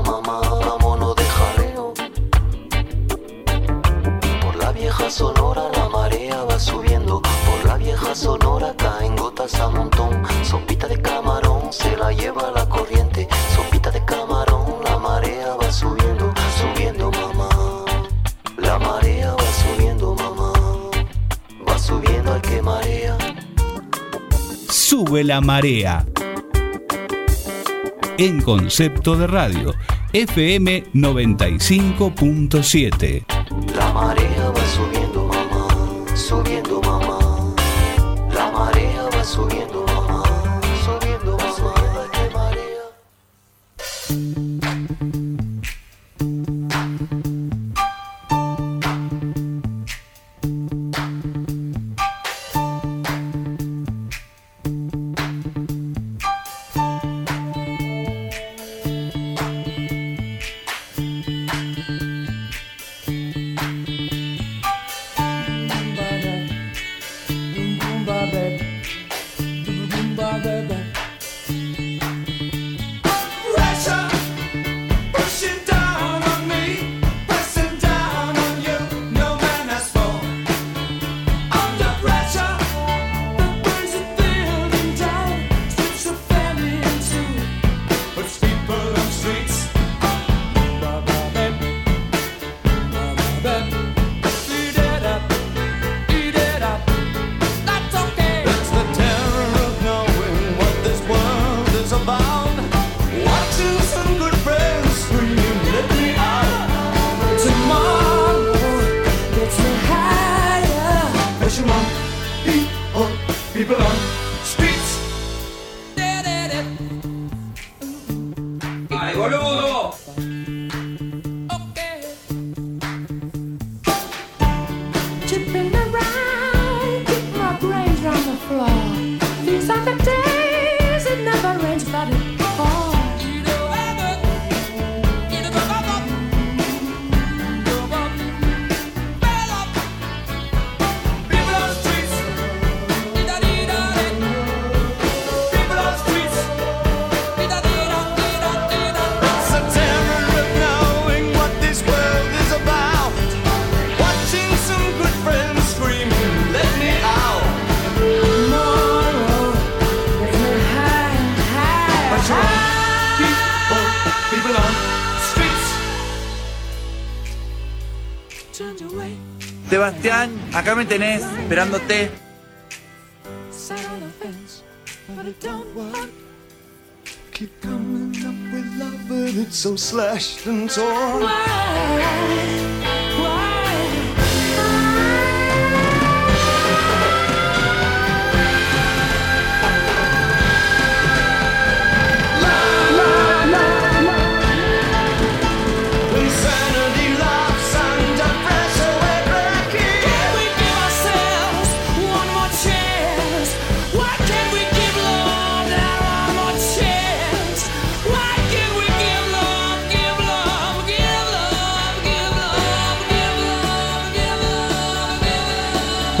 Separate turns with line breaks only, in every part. mamá, vámonos de jaleo. Por la vieja sonora la marea va subiendo. Por la vieja sonora caen gotas a montón. Sopita de camarón se la lleva la corriente. Sopita de camarón, la marea va subiendo, subiendo, mamá. La marea va subiendo, mamá. Va subiendo al que marea.
Sube la marea. En concepto de radio, FM 95.7.
La marea va subiendo, mamá, subiendo, mamá. La marea va subiendo, mamá, subiendo, mamá. Qué marea.
Pressure pushing down on me, pressing down on you. No man has fallen under pressure. That burns a building down, strips a family in two, puts people on streets. Eat it up, eat it up. That's okay. It's the terror of knowing what this world is about. Watching some good friends screaming, let me out. Tomorrow gets me higher. Pressure on, people, people on oh, streets. ¡Ay, boludo! Okay.
Chipping around, keep my brains on the floor. These are the days it never rains, but it pours. Gets me high, high,
Sebastián, acá me tenés, esperándote.
Sat on the fence, but it don't work.
Keep coming up with love, but it's so slashed and torn. Insanity laughs under pressure, we're breaking.
Can we give ourselves one more chance? Why can't we give love now one more chance? Why can't we give love, give love, give love, give love, give love, give love, give love?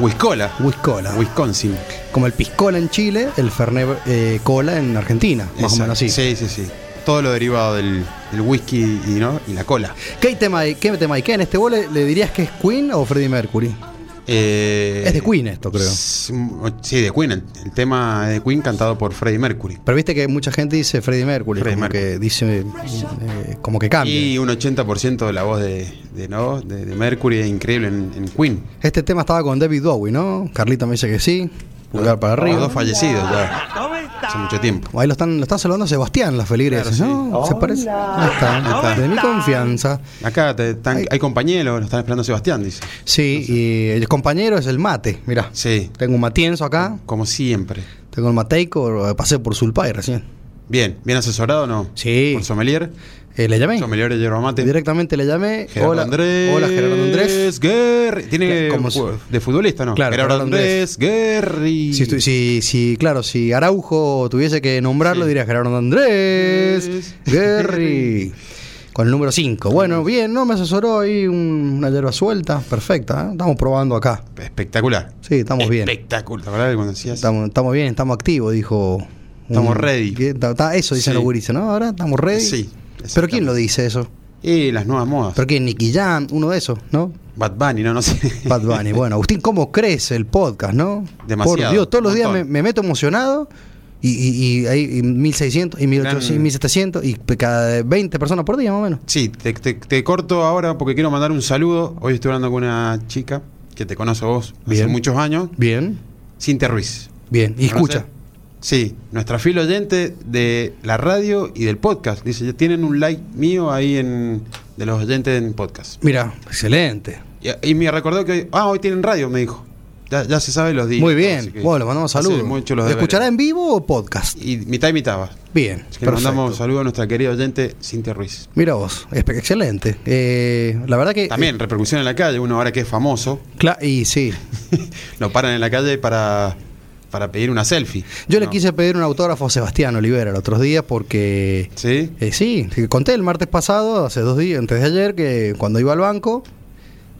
Wiscola.
Whiskola.
Wisconsin.
Como el piscola en Chile, el fernet eh, cola en Argentina, más
Exacto.
o menos así.
Sí, sí, sí. Todo lo derivado del, del whisky y, ¿no? y la cola.
¿Qué tema hay? ¿Qué tema hay? ¿Qué en este vole le dirías que es Queen o Freddie Mercury?
Eh,
Es de Queen esto, creo.
s- Sí, de Queen. El, el tema es de Queen cantado por Freddie Mercury.
Pero viste que mucha gente dice Freddie Mercury,
Freddie
como
Mercury.
que dice eh, como que cambia.
Y un 80% de la voz de, de, ¿no? de, de Mercury es increíble en, en Queen.
Este tema estaba con David Bowie, ¿no? Carlita me dice que sí. Pulgar para
Los
arriba.
dos fallecidos ya. hace mucho tiempo.
Ahí lo están, lo están saludando Sebastián, las feligreses,
Claro, sí.
¿no? ¿Se parece? Ahí está,
está.
De mi confianza.
Acá te- están-
Ay.
hay compañeros, lo están esperando Sebastián, dice.
Sí, y el compañero es el mate, mirá.
Sí,
Tengo un matienzo acá,
como siempre.
tengo el mateico, eh, pasé por Sulpay recién.
Bien, bien asesorado, ¿no?
Sí.
Por sommelier.
Eh, le llamé.
Sommelier de yerba mate.
Directamente le llamé.
Gerardo
hola,
Andrés.
hola Gerardo Andrés.
Guerri. Tiene
Claro, como
un juego
si-
de futbolista, ¿no?
Claro,
Gerardo
Gerardo
Andrés, Guerri.
Si, estu- si, si, claro, si Araujo tuviese que nombrarlo,
Sí.
diría Gerardo Andrés, Guerri, con el número 5. Bueno, bien, no me asesoró ahí un- una hierba suelta, perfecta, ¿eh? estamos probando acá.
Espectacular.
Sí, estamos bien.
Espectacular. ¿Te acordás de cuando decías?
Estamos, estamos bien, estamos activos, dijo. un-
Estamos ready.
que- ta- ta- eso dicen
Sí.
los gurises, ¿no? Ahora estamos ready.
Sí,
Pero ¿quién
exactamente.
lo dice eso?
Y "Eh, las nuevas modas.
¿Pero quién? Nicky Jam, uno de esos, ¿no?
Bad Bunny, no, no sé.
Bad Bunny. Bueno, Agustín, ¿cómo crece el podcast, no?
Demasiado,
Por Dios, todos los
un
días me,
montón.
me meto emocionado y, y, y hay y 1600 y 1800 y
Gran-
1700 y pe- cada 20 personas por día más o menos.
Sí, te, te- te corto ahora porque quiero mandar un saludo. Hoy estoy hablando con una chica que te conoce a vos
Bien.
hace muchos años,
Bien,
Cintia Ruiz.
bien. Y escucha.
¿Conoces? Sí, nuestra fiel oyente de la radio y del podcast. Dice, tienen un like mío ahí en de los oyentes en podcast.
Mira, excelente.
Y, y me recordó que hoy, ah, hoy tienen radio, me dijo. Ya, ya se sabe los días.
Muy
así
bien.
que
Bueno, le mandamos
hace
saludos.
mucho los
¿Lo
deberes.
¿Escuchará en vivo o podcast?
Y mitad y mitad va.
Bien.
Así que le
Perfecto.
mandamos saludos a nuestra querida oyente Cintia Ruiz.
Mira vos, espe- excelente. Eh, la verdad que. eh,
También repercusión en la calle, uno ahora que es famoso,
Cla- y sí.
lo paran en la calle para, para pedir una selfie.
Yo le
No.
quise pedir un autógrafo a Sebastián Olivera el otro día porque.
¿Sí?
Eh, sí, te conté el martes pasado, hace dos días, antes de ayer, que cuando iba al banco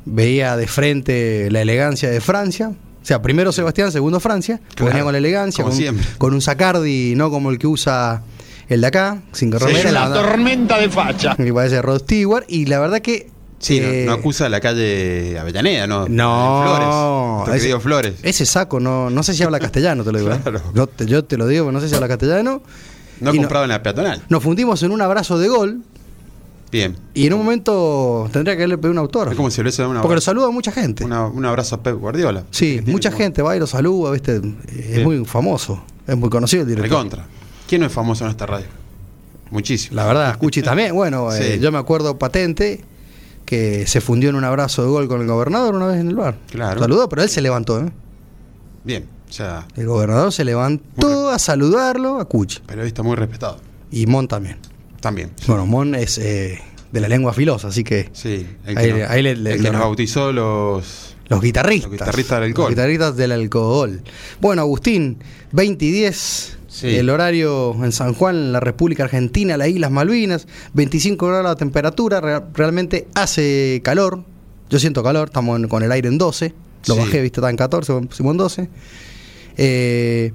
veía de frente la elegancia de Francia. O sea, primero Sebastián, segundo Francia. que
Claro,
venía con la elegancia,
como
con,
siempre.
con un sacardi, no como el que usa el de acá, sin remera. la verdad,
tormenta de facha.
que parece Rod Stewart. Y la verdad que.
Sí, no-
eh,
no, acusa a la calle Avellaneda, ¿no?
No, Eh,
Flores. Tu
ese-
querido Flores.
Ese saco no, no sé si habla castellano, te lo digo. ¿eh?
Claro.
Yo, te, yo te lo digo, no sé si habla castellano.
No
y no-
comprado en la peatonal.
Nos fundimos en un abrazo de gol
Bien.
y en un momento tendría que haberle pedido un autor.
Es como si le hubiese dado una-
Porque lo saluda mucha gente.
una- un abrazo a Pep Guardiola. Que
Sí,
tiene
mucha
como-
gente va y lo saluda, ¿viste? Es muy famoso, es muy conocido el director.
Recontra. ¿Quién no es famoso en esta radio? Muchísimo.
La verdad, Cuchi también. Bueno,
Sí.
eh, yo me acuerdo patente que se fundió en un abrazo de gol con el gobernador una vez en el bar.
Claro.
Saludó, pero él se levantó, ¿eh?
Bien. O sea,
El gobernador se levantó
Muy
a saludarlo a Cuchi.
periodista muy respetado.
Y Mon también.
También.
Bueno, Mon es eh, de la lengua filosa, así que
Sí.
Ahí-
que, nos-
ahí le- le-
el que
le-
nos bautizó los.
los guitarristas.
Los guitarristas del alcohol.
Los guitarristas del alcohol. Bueno, Agustín, 20 y 10.
Sí.
El horario en San Juan, en la República Argentina, las Islas Malvinas, 25 grados la temperatura, re- realmente hace calor. Yo siento calor, estamos en- con el aire en 12. Lo
Sí.
bajé, viste, estaba en 14, bueno, pusimos en 12. Eh,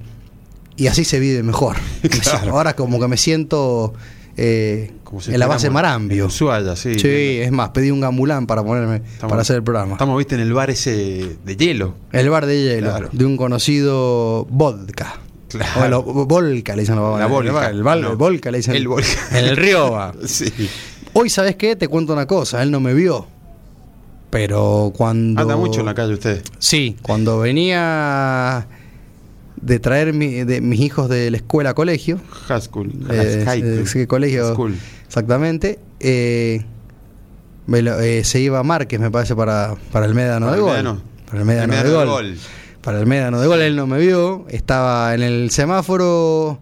y así se vive mejor.
Claro.
Ahora como que me siento eh,
como si
en la base
estuviéramos
Marambio.
en Ushuaia, sí.
Sí, es más, pedí un gambulán para ponerme,
Estamos-
para hacer el programa.
Estamos, viste, en el bar ese de hielo.
El bar de hielo,
Claro.
de un conocido vodka.
Claro.
O lo- volca le dicen los
La
El
volca,
bar- El, bar-
no.
el volca le dicen.
El volca.
En el Rioba.
Sí.
Hoy, ¿sabes qué? Te cuento una cosa. Él no me vio. Pero cuando.
Anda mucho en la calle usted.
Sí, cuando venía de traer mi- de mis hijos de la escuela a colegio.
Haskell.
eh,
Haskell.
sí, colegio.
Haskell.
Exactamente. eh, me lo- eh, se iba a Márquez, me parece, para, para el médano
Para
de
el
gol.
médano.
Para el médano,
El
de gol. Para el médano de gol, él no me vio. Estaba en el semáforo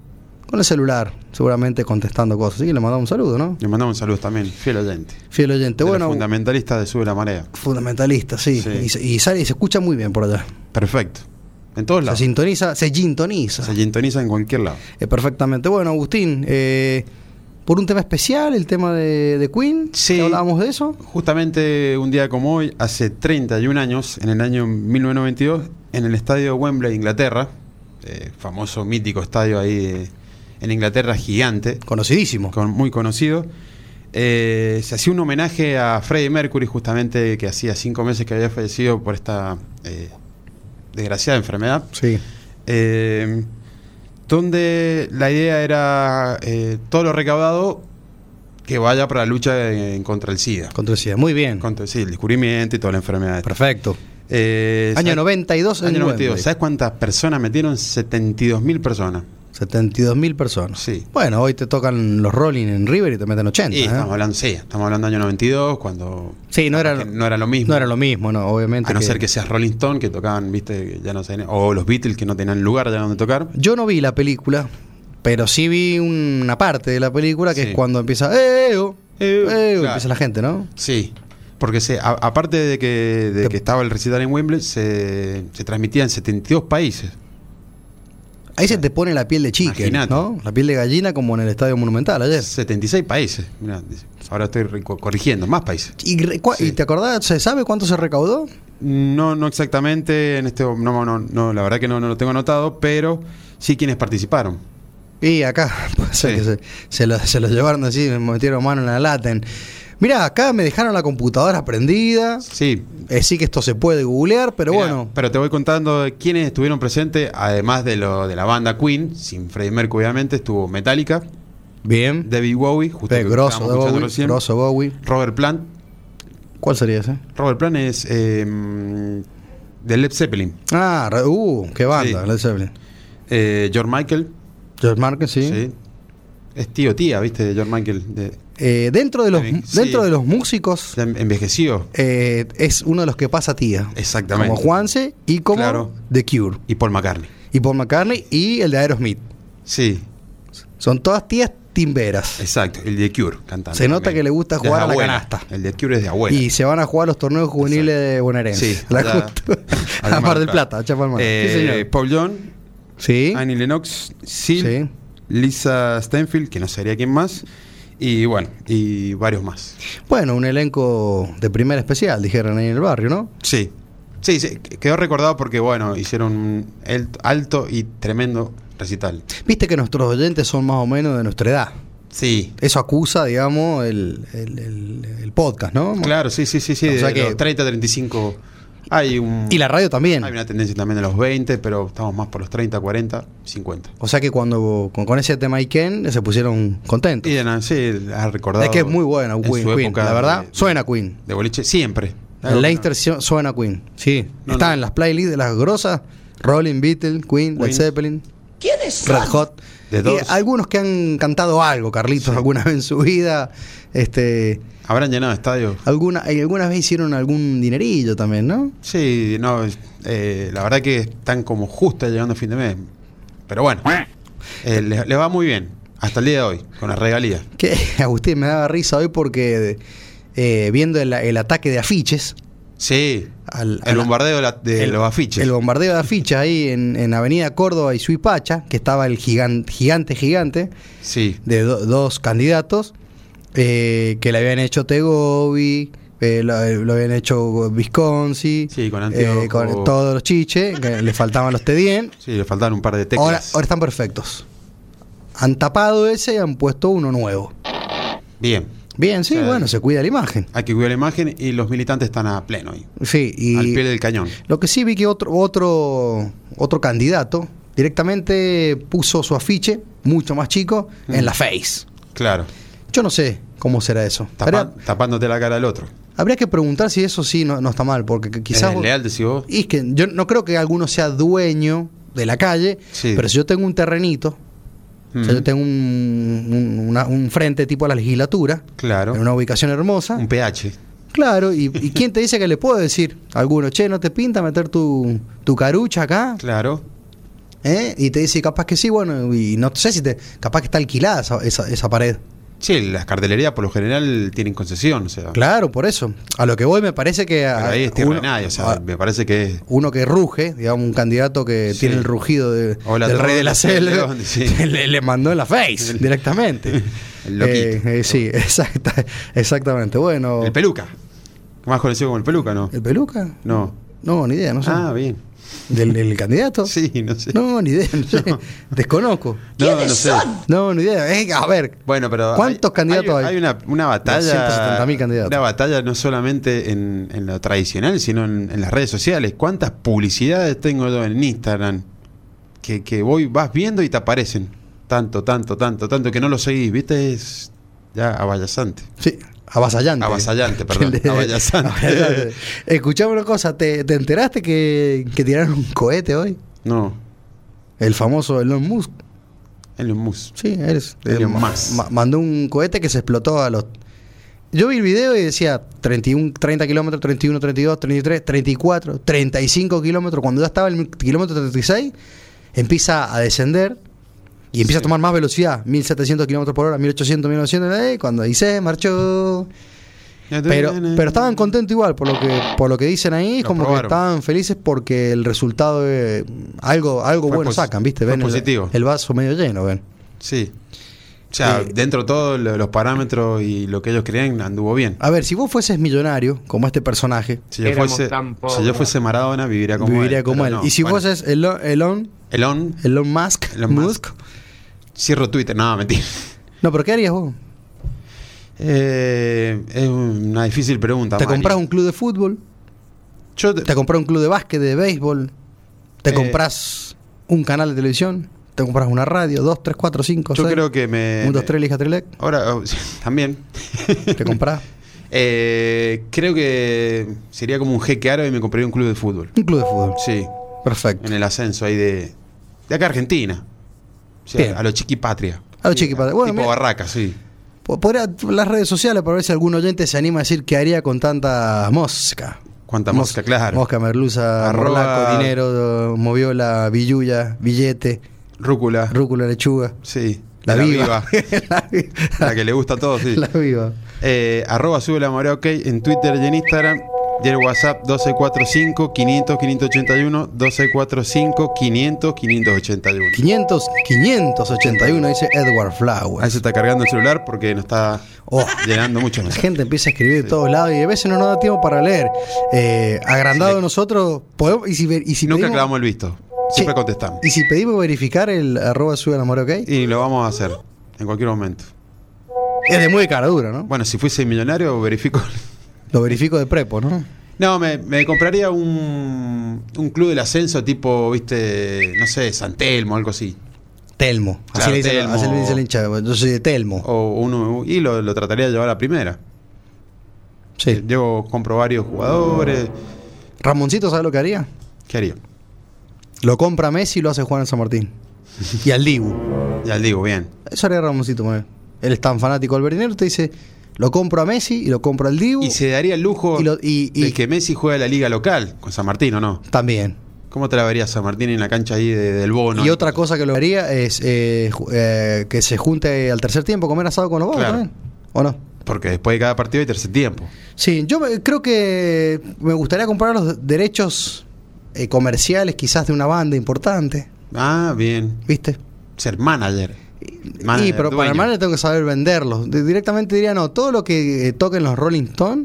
con el celular, seguramente contestando cosas. Así que le mandamos un saludo, ¿no?
Le mandamos saludos también, fiel oyente.
Fiel oyente.
De los
bueno,
fundamentalistas de Sube la Marea.
fundamentalista, sí.
Sí.
Y, se- y sale y se escucha muy bien por allá.
Perfecto. En todos
Se
lados.
sintoniza, se gintoniza
Se sintoniza en cualquier lado.
eh, perfectamente. Bueno, Agustín, eh, por un tema especial, el tema de, de Queen,
Sí.
que hablábamos de eso.
Justamente un día como hoy, hace 31 años, en el año 1992, en el estadio Wembley, Inglaterra, eh, famoso, mítico estadio ahí de- en Inglaterra, gigante,
Conocidísimo.
con- muy conocido, eh, se hacía un homenaje a Freddie Mercury, justamente que hacía cinco meses que había fallecido por esta eh, desgraciada enfermedad.
Sí.
eh, donde la idea era eh, todo lo recaudado que vaya para la lucha en- contra el SIDA.
Contra el SIDA. Muy bien.
Contra sí, el descubrimiento y toda la enfermedad.
Perfecto.
Eh,
Año
¿sabes-
92 en
Año 92.
Wembley.
¿Sabes cuántas personas metieron? 72.000 personas.
72 mil personas.
Sí.
Bueno, hoy te tocan los Rolling en River y te meten 80.
Y
¿eh?
estamos hablando, sí, estamos hablando del año 92, cuando
Sí, no era,
que no era lo mismo.
No era lo mismo, no, obviamente.
A no ser que seas Rolling Stone, que tocaban, viste, que ya no sé, o los Beatles que no tenían lugar ya donde tocar.
Yo no vi la película, pero sí vi una parte de la película que
Sí.
es cuando empieza. "Eh, eh, oh, eh, oh", y
Eh, oh", claro.
Empieza la gente, ¿no?
Sí, porque se, a- aparte de que, de
Te-
que estaba el recital en Wembley, se, se transmitía en 72 países.
Ahí se te pone la piel de chique,
Imagínate.
¿no? La piel de gallina como en el Estadio Monumental ayer.
76 países. Mirá, dice, ahora estoy re- co- corrigiendo, más países.
¿Y, re- cua-
Sí.
y te acordás? ¿Se sabe cuánto se recaudó?
No, no exactamente, en este no, no, no, la verdad que no, no lo tengo anotado, pero sí quienes participaron.
Y acá, puede ser
Sí.
que se, se lo, se lo llevaron así, me metieron mano en la lata. en, Mirá, acá me dejaron la computadora prendida.
Sí.
Eh, sí que esto se puede googlear, pero
Mirá,
bueno.
Pero te voy contando quiénes estuvieron presentes, además de lo de la banda Queen, sin Freddie Mercury obviamente, estuvo Metallica,
Bien.
David Bowie, justo
Eh,
que
grosso
estábamos
de
escuchando
Bowie.
recién,
Grosso Bowie.
Robert Plant,
¿Cuál sería ese?
Robert Plant es eh, de Led Zeppelin.
Ah, re- uh, qué banda,
Sí.
Led Zeppelin.
Eh, George Michael.
George Marquez, sí.
sí. Es tío, tía, ¿viste? George Michael. de-
Eh, dentro de los,
Sí.
dentro de los músicos,
ya envejeció.
eh, es uno de los que pasa tía.
Exactamente.
Como Juanse y como
Claro.
The Cure.
Y Paul McCartney.
Y Paul McCartney y el de Aerosmith.
Sí,
Son todas tías timberas.
exacto. El de Cure, cantando.
Se nota
también.
que le gusta
Ya es
jugar a la
abuela.
canasta.
El de Cure es de abuela.
Y se van a jugar los torneos juveniles de bonaerense.
Sí,
A la
allá-
Justo-
al
a Mar
Mar
del
Plata.
Plata, a Chapalmar.
Eh,
sí, señor.
Paul John,
Sí.
Annie Lennox, Seal,
Sí.
Lisa Stenfield, que no sería quién más. Y bueno, y varios más.
Bueno, un elenco de primer especial, dijeron ahí en el barrio, ¿no?
Sí. Sí, sí, quedó recordado porque, bueno, hicieron un el- alto y tremendo recital.
Viste que nuestros oyentes son más o menos de nuestra edad.
Sí.
Eso acusa, digamos, el, el- el- el podcast, ¿no?
Claro, sí, sí, sí, sí.
O
de
sea que-
los 30, 35. Hay un.
Y la radio también.
Hay una tendencia también de los 20, pero estamos más por los 30, 40, 50.
O sea que cuando con, con ese tema Iken se pusieron contentos.
Y Ana, sí, ha recordado.
Es que es muy buena
en
Queen,
su
Queen,
época
la verdad.
de-
suena Queen.
De boliche, siempre.
En Leicester si- suena Queen. Sí.
No,
Está
no.
en las playlists de las grosas. Rolling Beatles, Queen, Led
Queen.
Zeppelin. Red Hot.
The
Y
Doors.
algunos que han cantado algo, Carlitos,
Sí.
alguna vez en su vida. Este,
Habrán llenado estadios.
alguna, y algunas veces hicieron algún dinerillo también, ¿no?
Sí, no, eh, la verdad que están como justa llegando a fin de mes. Pero bueno, eh, les, les va muy bien, hasta el día de hoy, con las regalías.
Que Agustín me daba risa hoy porque eh, viendo el, el ataque de afiches,
Sí,
Al- a
el
la-
bombardeo de, la- de
el-
los afiches.
el bombardeo de afiches ahí en, en Avenida Córdoba y Suipacha, que estaba el gigan- gigante, gigante,
sí,
de do- dos candidatos eh, que le habían hecho Tegobi, eh, lo, lo habían hecho Visconsi, eh,
Sí, con anteojo.
con todos los chiches, que le faltaban los Tedien.
sí, le faltaron un par de
Ahora,
teclas.
ahora están perfectos. Han tapado ese y han puesto uno nuevo.
Bien,
Bien, sí,
O sea,
bueno, se cuida la imagen.
hay que cuidar la imagen y los militantes están a pleno ahí,
Sí,
al
y
pie del cañón.
lo que sí vi que otro, otro, otro candidato directamente puso su afiche, mucho más chico,
Mm.
en la face.
Claro,
Yo no sé cómo será eso.
tapa-
Habría-
tapándote la cara al otro.
Habría que preguntar si eso sí no, no está mal, porque que-
Quizás
quizás.
es leal, decís vos.
Y es que yo no creo que alguno sea dueño de la calle,
Sí.
pero si yo tengo un terrenito, o sea,
Mm,
yo tengo un, un- una- un frente tipo a la legislatura,
Claro,
en una ubicación hermosa,
un pH.
claro, y, y quién te dice que le puedo decir a alguno, che, no te pinta meter tu, tu carucha acá?
Claro,
¿Eh? Y te dice, capaz que sí, bueno, y no sé si te. capaz que está alquilada esa, esa- esa pared.
sí, las cartelerías por lo general tienen concesión, o sea,
Claro, por eso. A lo que voy me parece que. a-
pero ahí es tierra
uno- Ah.
de nadie, o sea,
a-
me parece que es
uno que ruge, digamos, un candidato que
Sí.
tiene el rugido de-
Hola,
del
todos,
rey de la
no sé de
selva,
dónde, sí.
le, le mandó en la face directamente.
El loquito.
Eh, eh, sí, exacta- exactamente. Bueno,
El peluca. Más conocido como el peluca, ¿no?
¿el peluca?
No.
No, ni idea, no sé.
Ah, bien.
¿Del, del candidato?
Sí, no sé.
No, ni idea, no sé. desconozco.
no, no sé.
No, ni idea. Eh, a ver,
Bueno, pero.
¿Cuántos candidatos hay?
Hay una, una batalla.
270.000 candidatos.
Una batalla no solamente en, en lo tradicional, sino en, en las redes sociales. ¿Cuántas publicidades tengo yo en Instagram? Que, que voy, vas viendo y te aparecen. Tanto, tanto, tanto, tanto que no lo seguís, ¿viste? Es ya abayazante.
sí. Avasallante.
Avasallante, perdón. Avallazante.
Avallazante. Escuchame una cosa, ¿te, te enteraste que, que tiraron un cohete hoy?
No.
El famoso Elon Musk.
Elon Musk.
Sí, eres.
Elon
eh, ma-
Musk.
ma- mandó un cohete que se explotó a los. Yo vi el video y decía 31, 30 kilómetros, 31, 32, 33, 34, 35 kilómetros. Cuando ya estaba el kilómetro 36, empieza a descender y empieza a tomar más velocidad. 1700 kilómetros por hora, 1800, 1900. eh, cuando ahí se marchó. Pero, pero estaban contentos igual, por lo que, por lo que dicen ahí, es
Lo
como que
probaron.
estaban felices porque el resultado es algo, algo
Fue
bueno
posi-
sacan, ¿viste?
fue
Ven el-
positivo.
El, vaso medio lleno, ven.
Sí. O sea,
Eh,
dentro de todos los parámetros y lo que ellos creían, anduvo bien.
A ver, si vos fueses millonario, como este personaje,
Si yo,
Éramos
fuese,
tan pobres.
si yo fuese Maradona, viviría como
viviría
él.
como
pero
él.
no.
y si
Bueno,
fueses Elon, Elon,
Elon,
Elon Musk,
Elon
Musk,
Musk. cierro Twitter. No, mentira.
No, pero ¿qué harías vos?
Eh, es una difícil pregunta.
¿Te
Mari.
compras un club de fútbol?
Yo te-
¿Te compras un club de básquet, de béisbol? ¿Te
Eh,
compras un canal de televisión? ¿Te compras una radio? ¿Dos, tres, cuatro, cinco,
yo
seis?
creo que me.
Un, dos, tres, elija Trilec.
Ahora, oh, sí, también.
¿Te compras
Eh, creo que sería como un jeque árabe y me compraría un club de fútbol.
un club de fútbol?
Sí,
Perfecto.
en el ascenso ahí de. De acá a Argentina. O sea,
Bien.
a los chiquipatria.
A los chiquipatria. Bueno,
tipo
mira.
barraca, sí.
Po- Podría las redes sociales para ver si algún oyente se anima a decir qué haría con tanta mosca.
Cuánta
Mos-
mosca, claro.
Mosca, merluza,
Arroba-
morlaco, dinero, moviola, billulla, billete,
Rúcula.
rúcula, lechuga.
sí.
La, viva.
viva. la que le gusta a todos, sí.
La viva.
Eh, arroba sube la marea, ok, en Twitter y en Instagram. Y el WhatsApp 1245 500 581 1245 500 581.
500, 581, dice Edward
Ahí
Flowers.
se está cargando el celular porque nos está
Oh.
llenando mucho.
La
mensaje.
gente empieza a escribir de todos lados y a veces no nos da tiempo para leer. Eh, agrandado
Sí.
nosotros, podemos, y si, ver- y si
Nunca
pedimos,
clavamos el visto. Siempre
Sí.
contestamos.
y si pedimos verificar el arroba sube la mora, ok,
Y lo vamos a hacer en cualquier momento.
es de muy cara dura, ¿no?
Bueno, si fuese millonario, verifico.
Lo verifico de prepo, ¿no?
No, me, me compraría un, un club del ascenso tipo, viste, no sé, San Telmo, algo así.
Telmo. Así,
Claro,
le dice,
Telmo.
así le dice el hincha. Yo soy de Telmo.
O uno, y lo, lo trataría de llevar a la primera.
Sí.
Yo compro varios jugadores.
Ramoncito, ¿sabe lo que haría?
¿Qué haría?
Lo compra Messi y lo hace Juan en San Martín. y al Dibu.
Ya le digo, bien.
Eso haría Ramoncito, Manuel. Él es tan fanático del verinero, te dice, lo compro a Messi y lo compro al Dibu.
Y se daría el lujo
Y lo- y- y-
de que Messi juegue a la liga local con San Martín, ¿o no?
También.
¿Cómo te la vería San Martín en la cancha ahí de- del bono?
y otra cosa que lo haría es eh, ju- eh, que se junte al tercer tiempo a comer asado con los bobos
Claro.
también. ¿O no?
Porque después de cada partido hay tercer tiempo.
Sí, yo me- creo que me gustaría comprar los derechos eh, comerciales quizás de una banda importante,
Ah, bien.
¿viste?
Ser manager.
y pero para el
dueño.
manager tengo que saber venderlos. De- directamente diría, no, todo lo que eh, toquen los Rolling Stone,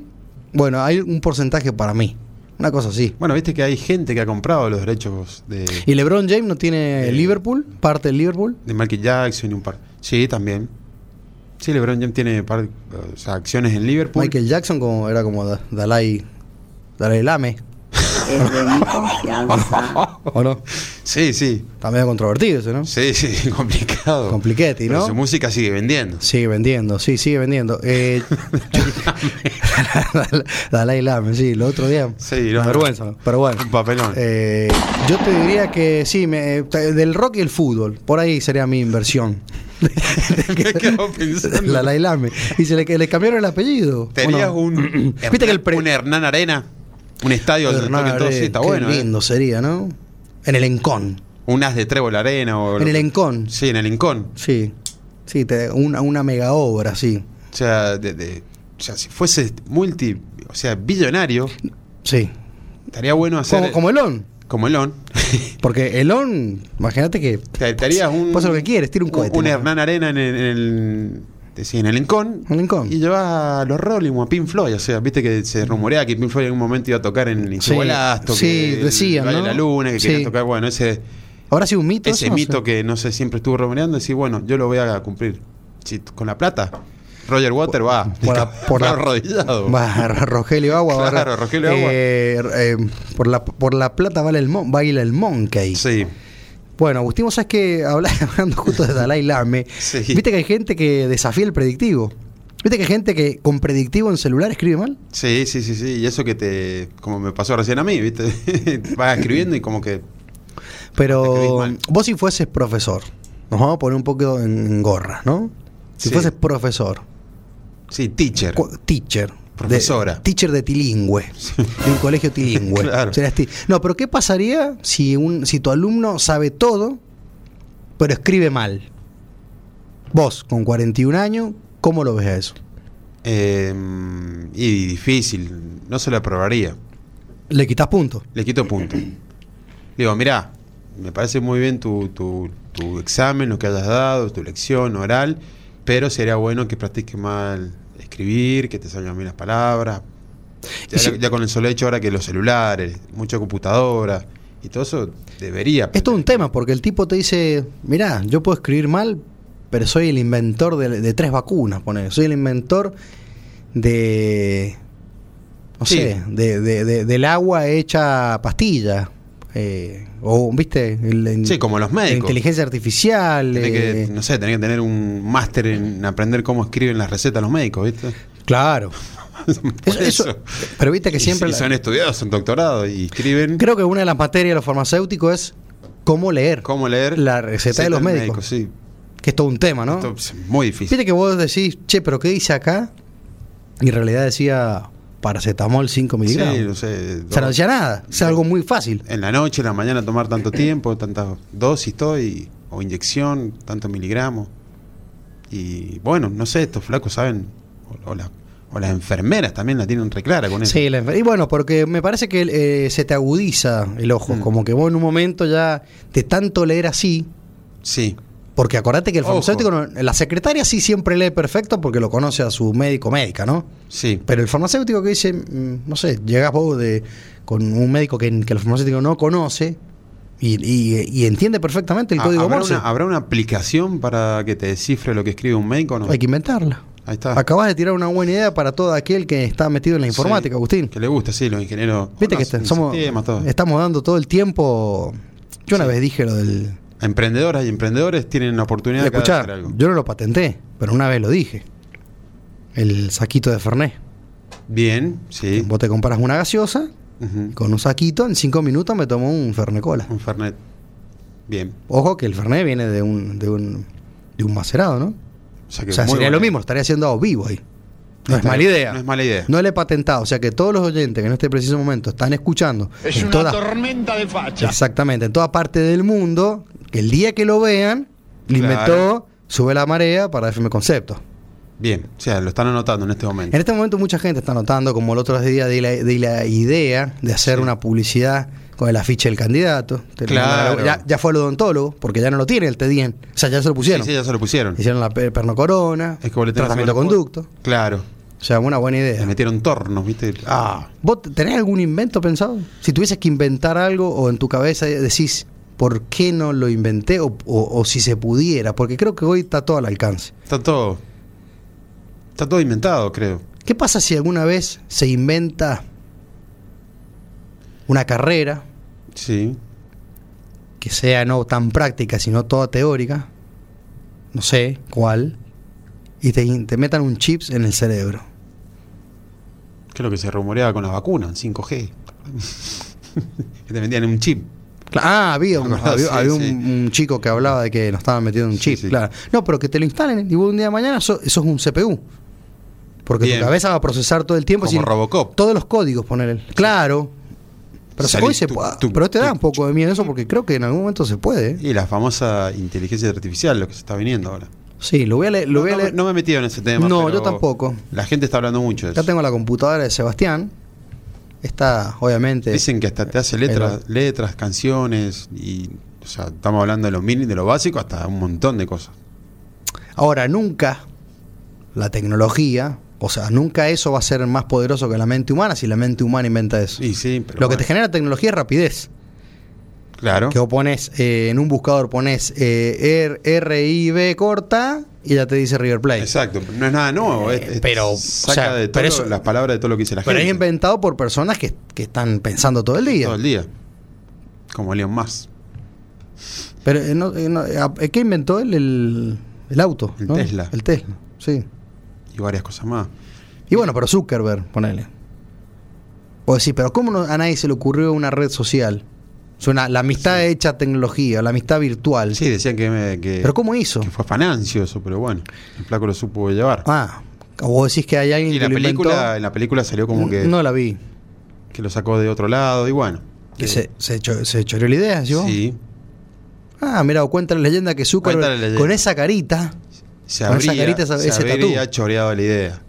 bueno, hay un porcentaje para mí. Una cosa así.
Bueno, viste que hay gente que ha comprado los derechos de,
Y LeBron James no tiene
Eh,
Liverpool, parte del Liverpool.
de Michael Jackson y un par. Sí, también. Sí, LeBron James tiene par, o sea, acciones en Liverpool.
Michael Jackson como era como Da- Dalai Dalai Lame,
Es de mi confianza.
¿o no?
Sí, sí.
Está medio controvertido eso, ¿no?
Sí, sí, complicado.
Compliquetti,
Pero
¿no?
su música sigue vendiendo.
Sigue vendiendo, sí, sigue vendiendo. Eh, Dalai Lama, sí, lo otro día.
Sí, no,
Una vergüenza,
no.
pero bueno.
Un papelón.
Eh, yo te diría que sí, me- te- del rock y el fútbol, por ahí sería mi inversión.
Me quedo pensando.
Dalai Lama. Y se le, que le cambiaron el apellido. ¿o
Tenías
no?
un,
Viste que el pre-
un Hernán Arena, un estadio donde
Hernán
toquen todos, sí,
Ares,
está
qué
bueno. eh.
lindo sería, ¿no? En el Encón.
Un as de trébol arena o
En
lo-
el Encón.
Sí, en el Encón.
Sí. Sí, te- una, una mega obra, sí.
O sea, de- de- o sea, si fuese multi, o sea, billonario,
Sí.
estaría bueno hacer
Como, como Elon.
como Elon.
Porque Elon, imagínate que
Te- te harías un
Vos haz lo que quieres, tira un cohete,
Un
¿no?
Hernán Arena en el, en el- te- sí, en el Encón.
En el Encón.
Y llevas a los Rolling o a Pink Floyd, o sea, viste que se rumorea que Pink Floyd en un momento iba a tocar en Insubalasto,
sí,
que el
decían,
Baile
¿no?
de la Luna, que
Sí.
querían tocar, bueno, ese
Ahora sí, un mito.
ese
eso, o sea.
mito que no sé siempre estuvo rumoreando, decir, bueno, yo lo voy a cumplir. Si t- con la plata, Roger Water va.
Por la- por la-
arrodillado.
Va, Rogelio Agua. va,
Claro, Rogelio Agua.
eh, eh, por, la, por la plata vale el mon- baila el monkey.
Sí.
Bueno, Agustín, vos sabés que habla- hablando justo de Dalai Lame,
Sí.
viste que hay gente que desafía el predictivo. Viste que hay gente que con predictivo en celular escribe mal.
Sí, sí, sí, sí. Y eso que te. Como me pasó recién a mí, ¿viste? Vas escribiendo y como que.
Pero
Escribís mal.
vos si fueses profesor, Nos vamos a poner un poco en, en gorra, ¿no? Si
Sí.
fueses profesor,
Sí, teacher.
cu- teacher. de-
Profesora.
teacher de tilingüe. De un colegio tilingüe.
Claro.
Serás ti- no, pero ¿qué pasaría si, un, si tu alumno sabe todo, pero escribe mal? Vos, con 41 años, ¿cómo lo ves a eso?
Eh, y difícil. No se lo aprobaría.
Le quitas punto.
Le quito punto. Digo, mirá, me parece muy bien tu, tu- tu examen, lo que hayas dado, tu lección oral, pero sería bueno que practiques mal escribir, que te salgan bien las palabras. Ya,
Y si-
ya con el solo hecho ahora que los celulares, mucha computadora y todo eso debería.
Es todo un tema, porque el tipo te dice, mirá, yo puedo escribir mal, pero soy el inventor de, de tres vacunas, poner. Soy el inventor de... No
Sí.
sé, de, de- de- del agua hecha pastilla. eh, o, viste, El- el-
Sí, como los
la
médicos.
inteligencia artificial.
Tenés que,
eh,
no sé, tenés que tener un máster en aprender cómo escriben las recetas los médicos, ¿viste?
Claro.
Por
Eso- eso- pero viste que
Y-
siempre
y
la-
son estudiados, son doctorados y escriben
Creo que una de las materias de los farmacéuticos es cómo leer,
cómo leer
la receta de los
del
médicos.
sí.
que es todo un tema, ¿no?
Esto es muy difícil.
Viste que vos decís, che, pero ¿qué dice acá? Y en realidad decía paracetamol 5
Sí,
miligramos.
no sé,
o sea, no
dos-
decía nada. O sea, algo muy fácil.
en la noche, en la mañana tomar tanto tiempo, tantas dosis, todo, y- o inyección, tantos miligramos. Y bueno, no sé, estos flacos saben, o, o la- o las enfermeras también la tienen reclara con eso.
Sí, la enfer- y bueno, porque me parece que eh, se te agudiza el ojo.
Mm.
Como que vos en un momento ya de tanto leer así.
Sí,
Porque acordate que el
Ojo.
farmacéutico, no- la secretaria sí siempre lee perfecto porque lo conoce a su médico médica, ¿no?
sí.
Pero el farmacéutico que dice, mm, no sé, llegás vos de, con un médico que, que el farmacéutico no conoce y, y- y entiende perfectamente el
Ha-
código
Ah, ¿Habrá
Morse.
una, habrá una aplicación para que te descifre lo que escribe un médico o no?
Hay que inventarla.
Ahí está.
Acabas de tirar una buena idea para todo aquel que está metido en la informática,
Sí,
Agustín.
Que le gusta, sí, los ingenieros.
Viste
no,
que está-
en
somos,
sistemas, todo.
estamos dando todo el tiempo. Yo una
Sí.
vez dije lo del.
Emprendedoras y emprendedores tienen la oportunidad de
Escuchá,
hacer algo.
yo no lo patenté, pero una vez lo dije. El saquito de Fernet.
Bien, sí.
Vos te compras una gaseosa
Ujú.
con un saquito, en cinco minutos me tomo un Fernet Cola.
Un Fernet. Bien.
Ojo que el Fernet viene de un, de un, de un macerado, ¿no?
sea, que
O sea,
muy
sería
buena
lo
idea.
mismo, lo estaría haciendo a vivo ahí. No es
Está
mala
bien,
idea.
No es mala idea.
No le he patentado, o sea que todos los oyentes que en este preciso momento están escuchando en toda-
tormenta de facha.
exactamente, en toda parte del mundo, que el día que lo vean, lo
Claro.
inventó, sube la marea para FM Concepto.
Bien, o sea, lo están anotando en este momento.
En este momento mucha gente está notando, como el otro día, de la, de la idea de hacer
Sí.
una publicidad con el afiche del candidato. Te lo
Claro.
mandan a la- Ya, ya fue al odontólogo, porque ya no lo tiene el TDN. O sea, ya se lo pusieron.
Sí, sí, ya se lo pusieron.
Hicieron la per- pernocorona,
Es que vos le tenés
tratamiento
que-
conducto.
Claro.
O sea, una buena idea.
Le metieron tornos, ¿viste? Ah,
¿Vos tenés algún invento pensado? Si tuvieses que inventar algo o en tu cabeza decís, ¿por qué no lo inventé? O, o- o si se pudiera, porque creo que hoy está todo al alcance.
está todo. Está todo inventado, creo.
¿Qué pasa si alguna vez se inventa una carrera
Sí.
que sea no tan práctica, sino toda teórica? No sé cuál. Y te, in- te metan un chips en el cerebro.
Que es lo que se rumoreaba con las vacunas, 5G. que te vendían un chip.
Cla- Ah, había, un,
Me acuerdo,
había-
sí,
había un-
sí.
un chico que hablaba de que nos estaban metiendo un
Sí,
chip,
sí.
claro. No, pero que te lo instalen y vos un día de mañana sos, sos un CPU. Porque
Bien.
tu cabeza va a procesar todo el tiempo.
Como Robocop.
Todos los códigos, poner Claro. Pero, se-
Salí,
hoy se
tuc,
puede-
tuc,
pero te da
tuc,
un poco de miedo eso porque creo que en algún momento se puede. ¿eh?
Y la famosa inteligencia artificial, lo que se está viniendo ahora.
Sí, lo voy a leer. Lo
no,
voy a
no me-
leer.
no me he metido en ese tema.
No,
pero
yo tampoco.
La gente está hablando mucho de
Acá
eso.
tengo la computadora de Sebastián. Está, obviamente.
Dicen que hasta te hace letras, letras, canciones y. O sea, estamos hablando de lo mínimo, de lo básico, hasta un montón de cosas.
Ahora, nunca la tecnología, o sea, nunca eso va a ser más poderoso que la mente humana si la mente humana inventa eso.
Y sí, pero
Lo que
bueno,
te genera tecnología es rapidez.
Claro.
Que vos pones eh, en un buscador, pones eh, R- RIB corta y ya te dice River Plate.
Exacto, no es nada nuevo. es-
Eh,
es-
pero, o
saca
sea,
de todo
pero
lo-
eso-
las palabras de todo lo que dice la
Pero es
gente.
inventado por personas que, que están pensando todo el día.
Todo el día. Como Leon más.
Pero eh, no- eh, no, eh, a- ¿qué inventó él? El, el auto.
El
¿no?
Tesla.
El Tesla, sí.
y varias cosas más.
Y bueno, pero Zuckerberg, ponele. O decís, pero ¿cómo no- a nadie se le ocurrió una red social? Suena la amistad hecha tecnología, la amistad virtual.
Sí, decían que, me- que,
Pero ¿cómo hizo?
que fue Fanancio eso, pero bueno, el flaco lo supo llevar.
Ah, vos decís que hay alguien
y
que
en la
lo
película, en
inventó. Mm,
la película salió como que,
No la vi.
que lo sacó de otro lado y bueno.
Que se, se, cho- se choreó la idea, ¿sí? vos?
Sí.
Ah, mira, cuenta la leyenda que Zuckerberg
Cuenta la leyenda.
con esa carita.
Se
Con esa
habría,
carita, esa-
se
ese tatú. Mm.
habría choreado la idea.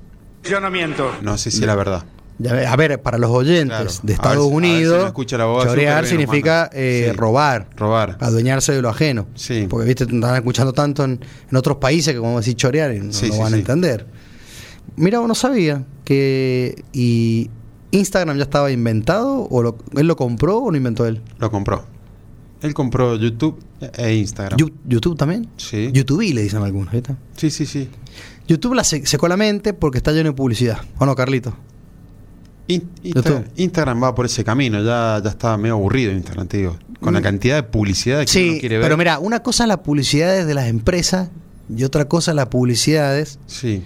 Yo no miento.
No sé si es la verdad.
ya ve- A ver, para los oyentes
Claro. A
de Estados
ver si- a ver si no
Unidos,
escucha la voz
chorear
de Zuckerberg y nos
significa
manda.
eh,
Sí.
robar,
Robar.
adueñarse de lo ajeno.
Sí.
Porque, viste, están escuchando tanto en, en otros países que, como decir chorear, y no
Sí,
lo
sí,
van a
sí.
entender. Mira, uno sabía que. ¿Y Instagram ya estaba inventado? ¿O lo- él lo compró o lo inventó él?
Lo compró. Él compró YouTube e Instagram.
Yu- ¿YouTube también?
Sí.
YouTube, le dicen algunos, ¿viste?
Sí, sí, sí.
YouTube la se- secó la mente porque está lleno de publicidad. ¿O no, Carlito?
In- Insta-
YouTube.
Instagram va por ese camino, ya, ya está medio aburrido Instagram, te digo. Con la cantidad de publicidad que
Mm. Sí,
uno quiere ver.
pero mira, una cosa es las publicidades de las empresas y otra cosa las publicidades
Sí,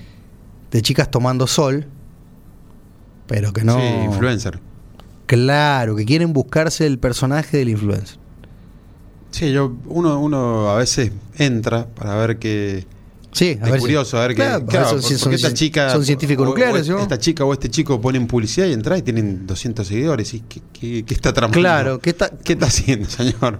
de chicas tomando sol, pero que no...
sí, influencer.
Claro, que quieren buscarse el personaje del influencer.
Sí, yo, uno, uno a veces entra para ver que.
Sí, a
es
ver si-
curioso, a ver que.
Claro,
claro,
son,
por-
son-
porque esta
son-
chica.
son científicos
o- o
nucleares, ¿no?
Esta chica o este chico ponen publicidad y entra y tienen 200 seguidores. ¿Y qué, qué- qué está tramando?
Claro, ¿qué está-
¿Qué está haciendo, señor?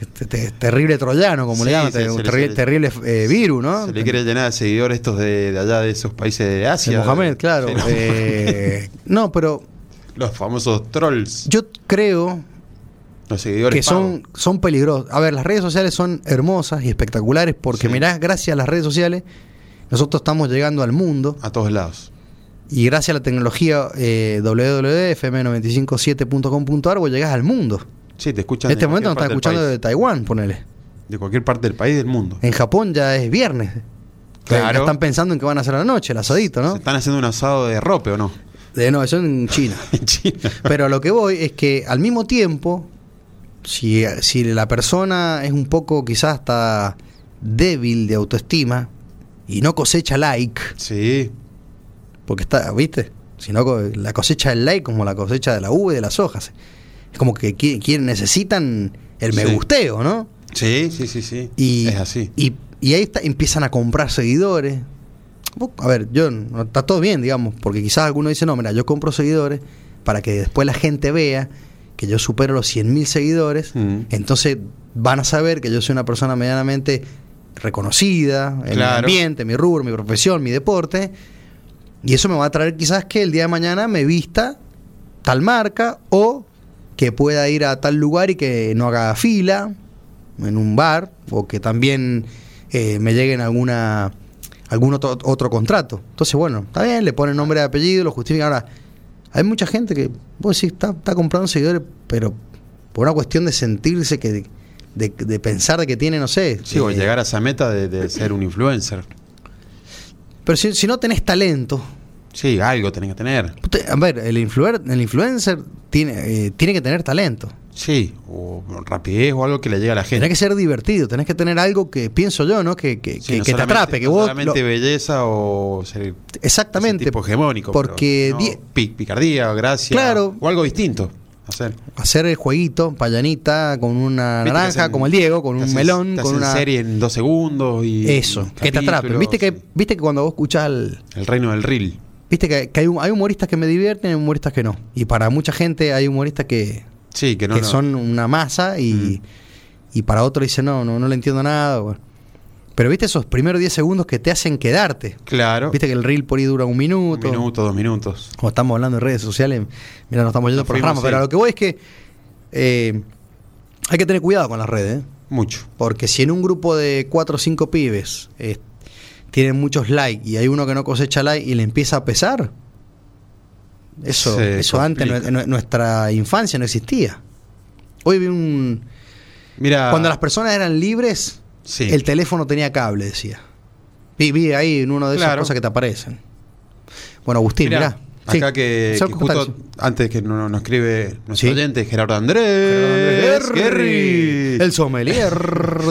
Este- este terrible troyano, como le
Sí,
llaman,
sí, se le-
terrible,
se le-
terrible, eh, virus, ¿no?
Se le quiere llenar de seguidores estos de, de allá, de esos países de Asia.
De Mohamed, claro.
Sí, ¿no?
Eh, no, pero
Los famosos trolls.
yo creo
los seguidores
que son,
pagos.
son peligrosos. A ver, las redes sociales son hermosas y espectaculares porque
Sí.
mirá, gracias a las redes sociales nosotros estamos llegando al mundo
A todos lados.
y gracias a la tecnología eh, www.fm957.com.ar vos llegás al mundo.
Sí, te escuchan.
En este
de
momento nos
cualquier
están escuchando Eh,
parte
de
del
Taiwán, ponele.
país. de cualquier parte del país del mundo.
En Japón ya es viernes.
Claro.
Ya Están pensando en qué van a hacer a la noche, el asadito,
Se
¿no?
están haciendo un asado de rope o no.
De no, eso en China.
En China.
Pero a lo que voy es que al mismo tiempo, si, si la persona es un poco quizás hasta débil de autoestima y no cosecha like,
Sí.
porque está, ¿viste? Si no, co- la cosecha del like como la cosecha de la uva y de las hojas. Es como que qui- quieren- necesitan el me
Sí.
gusteo, ¿no?
Sí, sí, sí, sí.
Y,
es así.
Y, y ahí está- empiezan a comprar seguidores. Vos- A ver, yo no- está todo bien, digamos, porque quizás alguno dice, no, mira, yo compro seguidores para que después la gente vea que yo supero los 100.000 mil seguidores,
Mm.
entonces van a saber que yo soy una persona medianamente reconocida en
Claro.
mi ambiente, mi rubro, mi profesión, mi deporte, y eso me va a traer quizás que el día de mañana me vista tal marca o que pueda ir a tal lugar y que no haga fila en un bar o que también eh, me lleguen alguna algún otro, otro contrato. Entonces, bueno, está bien, le ponen nombre y apellido, lo justifican. Ahora, hay mucha gente que, vos decís, está, está comprando seguidores, pero por una cuestión de sentirse que, de, de- de pensar de que tiene, no sé.
Sí, o
eh,
llegar a esa meta de, de ser un influencer.
Pero si, si no tenés talento,
Sí, algo tenés que tener.
usted- a ver, el, influer, el influencer tiene, eh, tiene que tener talento.
Sí, o rapidez o algo que le llegue a la gente.
Tenés que ser divertido, tenés que tener algo que pienso yo, ¿no? Que, que,
Sí,
que-
no
que te
solamente-
atrape, que
no
vos.
solamente
lo-
belleza o ser
exactamente.
ese tipo hegemónico.
Porque
pero,
die-
no, pi- picardía, gracia.
Claro.
O algo distinto. Hacer.
hacer el jueguito, payanita, con una
Viste que
naranja,
hacen-
como el Diego, con
te
un
hacen-
melón,
te
con
hacen
una.
serie en dos segundos y.
Eso, que te atrape.
capítulos,
Viste que,
sí.
viste que cuando vos escuchás al-
El reino del reel.
Viste que, que hay, hum- hay humoristas que me divierten y humoristas que no. Y para mucha gente hay humoristas que,
Sí, que no. Mm.
que
no.
son una masa y, y para otro dice no, no, no le entiendo nada. bueno. Pero viste esos primeros 10 segundos que te hacen quedarte.
Claro.
Viste que el reel por ahí dura un
un
minuto.
minuto, dos minutos.
como estamos hablando en redes sociales, mira, nos estamos yendo
Nos
por las
fuimos,
ramas, pero
sí.
a lo que voy es que eh, hay que tener cuidado con las redes, ¿eh?
Mucho.
porque si en un grupo de cuatro o cinco pibes eh, tienen muchos likes y hay uno que no cosecha like y le empieza a pesar, eso,
Se
eso antes
complica.
en nue- en nuestra infancia no existía. Hoy vi un...
Mira.
Cuando las personas eran libres,
Ah. Sí.
el teléfono tenía cable, decía. Vi, vi ahí en uno de esas
Claro.
cosas que te aparecen. Bueno, Agustín, mirá.
Mirá,
Sí.
acá que,
¿Sabes
que
qué cosa
justo antes que no- nos, escribe nuestro
Sí.
oyente Gerardo Andrés,
Andrés
Guerri.
El sommelier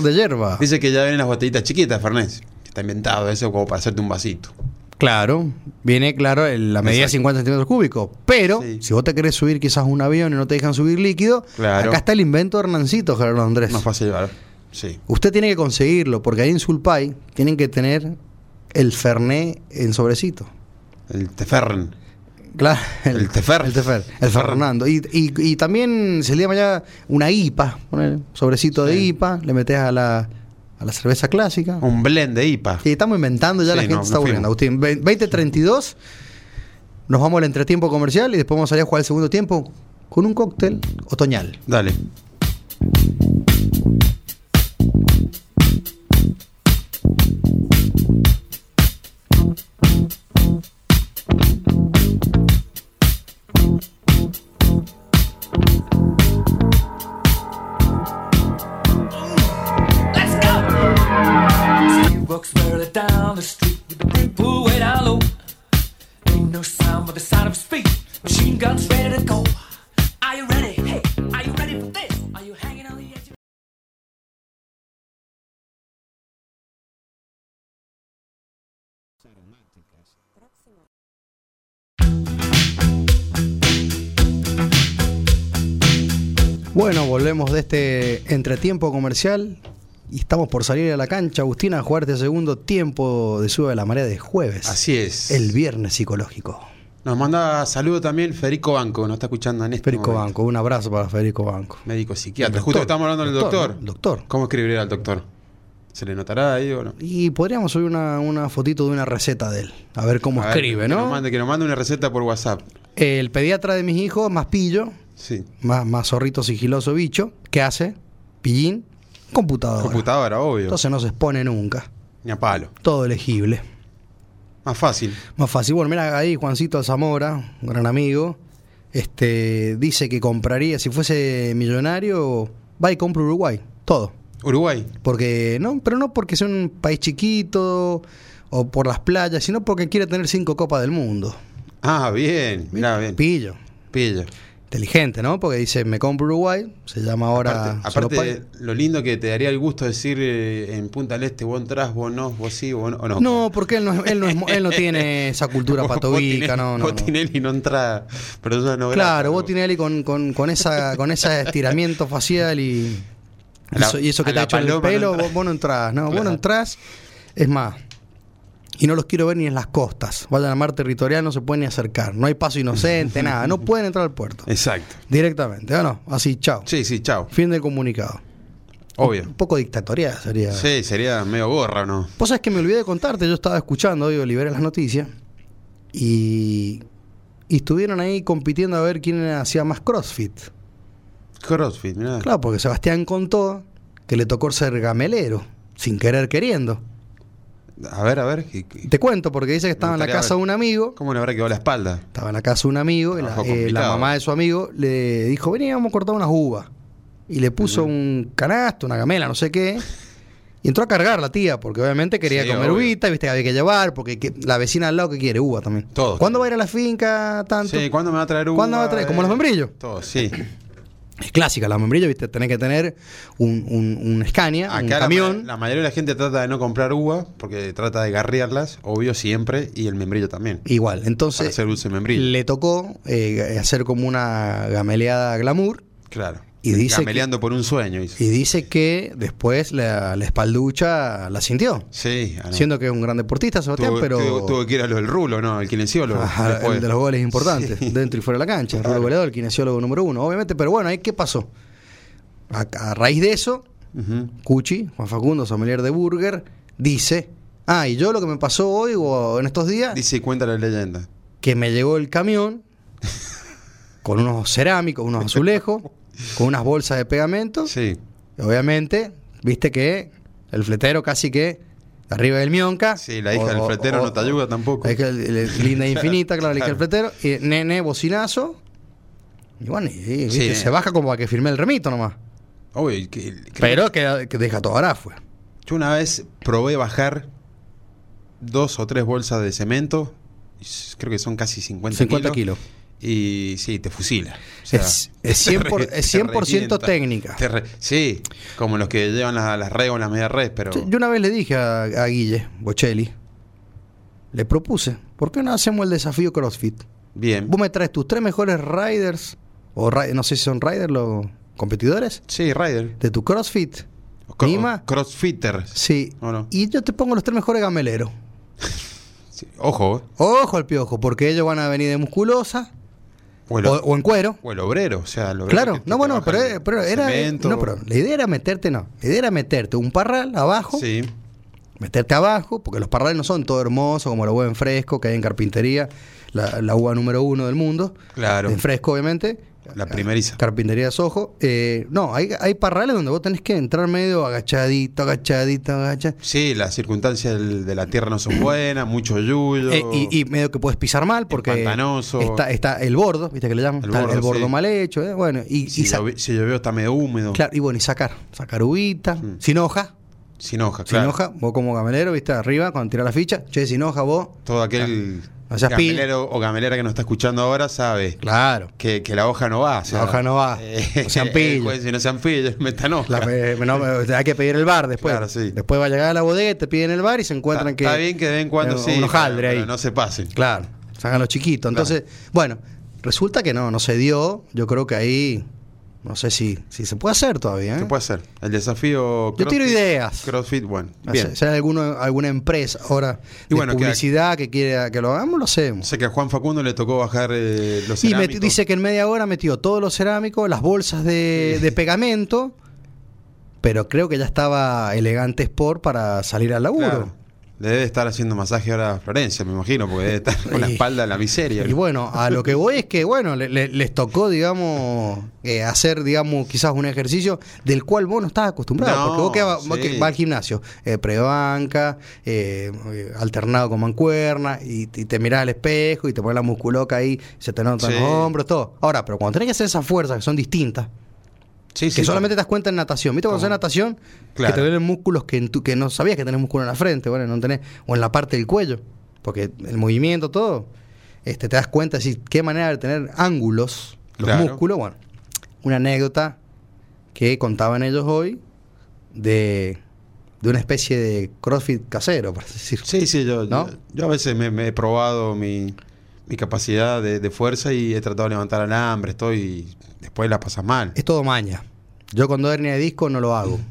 de hierba.
Dice que ya vienen las botellitas chiquitas, Fernés. Que Está inventado eso como para hacerte un vasito.
Claro, viene claro el- la medida de
Exacto.
50 centímetros cúbicos. Pero
Sí.
si vos te querés subir quizás un avión y no te dejan subir líquido,
Claro.
acá está el invento de Hernancito, Gerardo Andrés.
Más fácil llevar. Sí.
Usted tiene que conseguirlo, porque ahí en Sulpay tienen que tener el Ferné en sobrecito.
El Tefern.
Claro,
El tefer.
El tefer, el
El fer-
Fernando. Y, y- y también, si el día de mañana, una IPA, ponele, sobrecito de
Sí.
IPA, le metes a la, a la cerveza clásica.
Un blend de IPA.
Y estamos inventando ya,
Sí,
la gente
no,
está
nos
aburriendo. Agustín, Ve- 2032, nos vamos al entretiempo comercial y después vamos a salir a jugar el segundo tiempo con un cóctel otoñal.
Dale.
Let's go! Steve walks barely down the street with the brim pulled way down low. Ain't no sound but the sound of his feet. Machine guns ready to go. Are you ready? Hey, are you ready for this? Are you hanging on the edge? of-
Bueno, volvemos de este entretiempo comercial y estamos por salir a la cancha, Agustín, a jugar este segundo tiempo de Suba de la Marea de jueves.
Así es.
El viernes psicológico.
Nos manda saludo también Federico Banco, nos está escuchando en este
Federico
momento.
Banco, un abrazo para Federico Banco.
Médico
El
psiquiatra.
doctor.
Justo estamos hablando del
Doctor,
doctor.
¿no? Doctor.
¿Cómo escribirá al doctor? ¿Se le notará ahí o no?
Y podríamos subir una, una fotito de una receta de él, a ver cómo
A ver,
escribe,
que
¿no?
nos mande- que nos mande una receta por WhatsApp.
El pediatra de mis hijos, más pillo,
Sí.
más, más zorrito sigiloso bicho, ¿qué hace? Pillín, computadora.
Computadora, obvio.
Entonces no se expone nunca.
Ni a palo.
Todo legible.
Más fácil.
Más fácil. Bueno, mira ahí Juancito Alzamora, un gran amigo, este, dice que compraría, si fuese millonario, va y compra Uruguay. Todo.
Uruguay.
Porque, no, pero no porque sea un país chiquito o por las playas, sino porque quiere tener cinco copas del mundo.
Ah, bien. Mirá, bien.
Pillo.
Pilla.
Inteligente, ¿no? Porque dice, me compro Uruguay, se llama ahora...
aparte,
solo
aparte,
país.
lo lindo que te daría el gusto decir eh, en Punta del Este, vos entrás, vos no, vos sí, vos no. o no.
No, porque él no, es- él no, es mo- él no tiene esa cultura
Vos- vos
patovica,
Tinelli-
no, no.
Vos
no.
Tinelli no entra, pero yo no
Claro,
vos
Botinelli con, con, con esa con ese estiramiento facial y,
A la-
eso, y eso que
a
te ha
la
hecho en el
paloma no
pelo,
entrás.
vos, vos no entrás, no, vos no
Claro.
entrás, es más, y no los quiero ver ni en las costas, vayan a mar territorial, no se pueden ni acercar, no hay paso inocente, nada, no pueden entrar al puerto,
Exacto.
directamente, bueno, así, chao,
Sí, sí, chao.
fin del comunicado, un
Obvio.
poco dictatorial sería.
Sí, sería medio gorra, ¿no?
Vos sabés que me olvidé de contarte, yo estaba escuchando hoy Olivera las noticias y, y estuvieron ahí compitiendo a ver quién hacía más CrossFit.
Crossfit, mirá.
Claro, porque Sebastián contó que le tocó ser gamelero, sin querer queriendo.
A ver, a ver. que- que-
Te cuento, porque dice que estaba en la
gustaría
casa de
ver.
un amigo.
¿Cómo le habrá quedado la espalda?
Estaba en la casa de un amigo, y la,
Trabajo
eh, la
complicado.
mamá de su amigo le dijo, vení, vamos a cortar unas uvas. Y le puso un canasto, una gamela, no sé qué. Y entró a cargar la tía, porque obviamente quería
Sí,
comer
obvio.
uvita, viste que había que llevar, porque que- la vecina al lado que quiere uva también.
Todos
¿Cuándo
quieren.
va a ir a la finca tanto?
Sí, ¿cuándo me va a traer un?
¿Cuándo va a traer? Como los membrillos.
Todo, sí.
Es clásica la membrillo, viste, tenés que tener un, un, un Scania,
Acá
un
la ma-
camión.
La, mayoría de la gente trata de no comprar uva porque trata de garrearlas, obvio siempre, y el membrillo también.
Igual,
para
entonces
hacer dulce membrillo.
le tocó eh, hacer como una gameleada glamour
Claro.
Y dice
Cameleando por un sueño. hizo.
y dice que después la, la espalducha la sintió.
sí, ah, no.
Siendo que es un gran deportista, Sebastián,
tuvo,
pero
tuvo- tuvo que ir a lo del rulo, ¿no? El kinesiólogo.
Ajá,
después.
el de los goles importantes,
Sí.
dentro y fuera de la cancha. El Rulo goleador, el kinesiólogo número uno, obviamente. Pero bueno, ahí qué pasó. A, a raíz de eso,
Ujú.
Cuchi, Juan Facundo, sommelier de Burger, dice, ah, y yo lo que me pasó hoy o en estos días,
Dice y cuenta la leyenda.
que me llegó el camión con unos cerámicos, unos azulejos, con unas bolsas de pegamento.
Sí.
Obviamente, viste que el fletero casi que arriba del mionca.
Sí, la hija del fletero no te ayuda tampoco.
La hija del- el- linda e infinita, claro, la hija del
Claro.
fletero. Y nene, bocinazo. Y bueno, y- y, viste,
eh.
se baja como para que firme el remito nomás.
Obvio, y que- que-
Pero que, que deja todo pues. ahora fue.
Yo una vez probé bajar dos o tres bolsas de cemento. y s- Creo que son casi 50,
50 kilos.
kilos. Y sí, te fusila. O sea,
Es- es
te
100 por-
re-
es
te
100%
revienta.
técnica.
Te re- sí, como los que llevan las, las redes o las medias redes, pero
Yo una vez le dije a, a Guille Bocelli, Le propuse, ¿por qué no hacemos el desafío CrossFit?
Bien.
Vos me traes tus tres mejores riders, o ri- no sé si son riders los competidores,
Sí, Ryder.
de tu CrossFit.
O cro-
¿Mima?
o Crossfitter.
Sí.
¿O no?
Y yo te pongo los tres mejores gameleros.
Sí, Ojo, eh.
Ojo al piojo, porque ellos van a venir de musculosa
O el,
o, o en cuero.
o el obrero, o sea, el obrero
Claro,
que te
no, bueno, pero,
trabaja en
pero era. eh,
cemento.
no, pero la idea era meterte, no. La idea era meterte un parral abajo,
Sí,
meterte abajo, porque los parrales no son todo hermosos como la uva en fresco que hay en carpintería, la, la uva número uno del mundo.
Claro.
En fresco, obviamente.
la primeriza.
Carpintería Sojo. Eh, no, hay, hay parrales donde vos tenés que entrar medio agachadito, agachadito, agachadito.
Sí, las circunstancias del- de la tierra no son buenas, mucho yuyo.
Eh, y, y medio que puedes pisar mal porque
pantanoso.
está está el bordo, ¿viste que le llaman?
El
Está El bordo,
bordo, sí.
mal hecho, eh, bueno, y,
si,
y sa-
llovi- si llovió está medio húmedo.
claro, y bueno, y sacar, sacar uvita, sin hoja,
Sin hoja,
sin
Mm. claro.
hoja, vos como gamelero, ¿viste? Arriba cuando tirás la ficha, che, sin hoja vos.
Todo aquel
No seas pil.
gamelero o gamelera que nos está escuchando ahora sabe
Claro.
que, que la hoja no va. o sea,
hoja no va.
eh,
No sean
el
pil.
juez, Si no sean pil, metan hoja.
La- eh, no, eh, hay que pedir el bar después.
Claro, sí.
Después va a llegar a la bodega, te piden el bar y se encuentran
está,
que
está bien que de vez en cuando
eh,
sí.
un hojaldre
pero-
ahí. ¿Eh?
pero no se pasen.
Claro, sacan los chiquitos. Entonces, bueno, resulta que no, no se dio. Yo creo que ahí, no sé si, si se puede hacer todavía. ¿eh?
¿Qué puede hacer? El desafío.
Yo tiro ideas.
Crossfit, bueno. Bien.
Si hay alguno- alguna empresa ahora
Y
de
bueno, que-
publicidad que, quiera que lo hagamos, lo hacemos.
Sé que a Juan Facundo le tocó bajar eh, los
Y meti-
cerámicos.
dice que en media hora metió todos los cerámicos, las bolsas de, de pegamento, pero creo que ya estaba elegante Sport para salir al laburo.
Claro. Le debe estar haciendo masaje ahora a Florencia, me imagino, porque debe estar con la
Y-
espalda en la miseria.
Y bueno, a lo que voy es que, bueno, le- le- les tocó, digamos, eh, hacer, digamos, quizás un ejercicio del cual vos no estás acostumbrado.
No,
porque vos que va- vos
sí.
que vas al gimnasio, eh, prebanca, eh, eh, alternado con mancuerna, y, y te mirás al espejo y te pones la musculoca ahí, se te notan
Sí.
los hombros, todo. Ahora, pero cuando tenés que hacer esas fuerzas que son distintas,
Sí,
que
sí,
solamente te das cuenta en natación. ¿Viste cuando
Como-
haces natación?
Claro.
Que te duelen músculos que, en tu- que no sabías que tenés músculo en la frente, bueno, no tenés, o en la parte del cuello. Porque el movimiento, todo, este, te das cuenta de qué manera de tener ángulos los
Claro.
músculos. Bueno, una anécdota que contaban ellos hoy de, de una especie de crossfit casero, por así decir.
Sí, sí, yo,
¿No?
yo, yo a veces me, me he probado mi, mi capacidad de, de fuerza y he tratado de levantar alambre, estoy después la pasas mal.
Es todo maña. Yo cuando hernia de disco no lo hago.
Mm.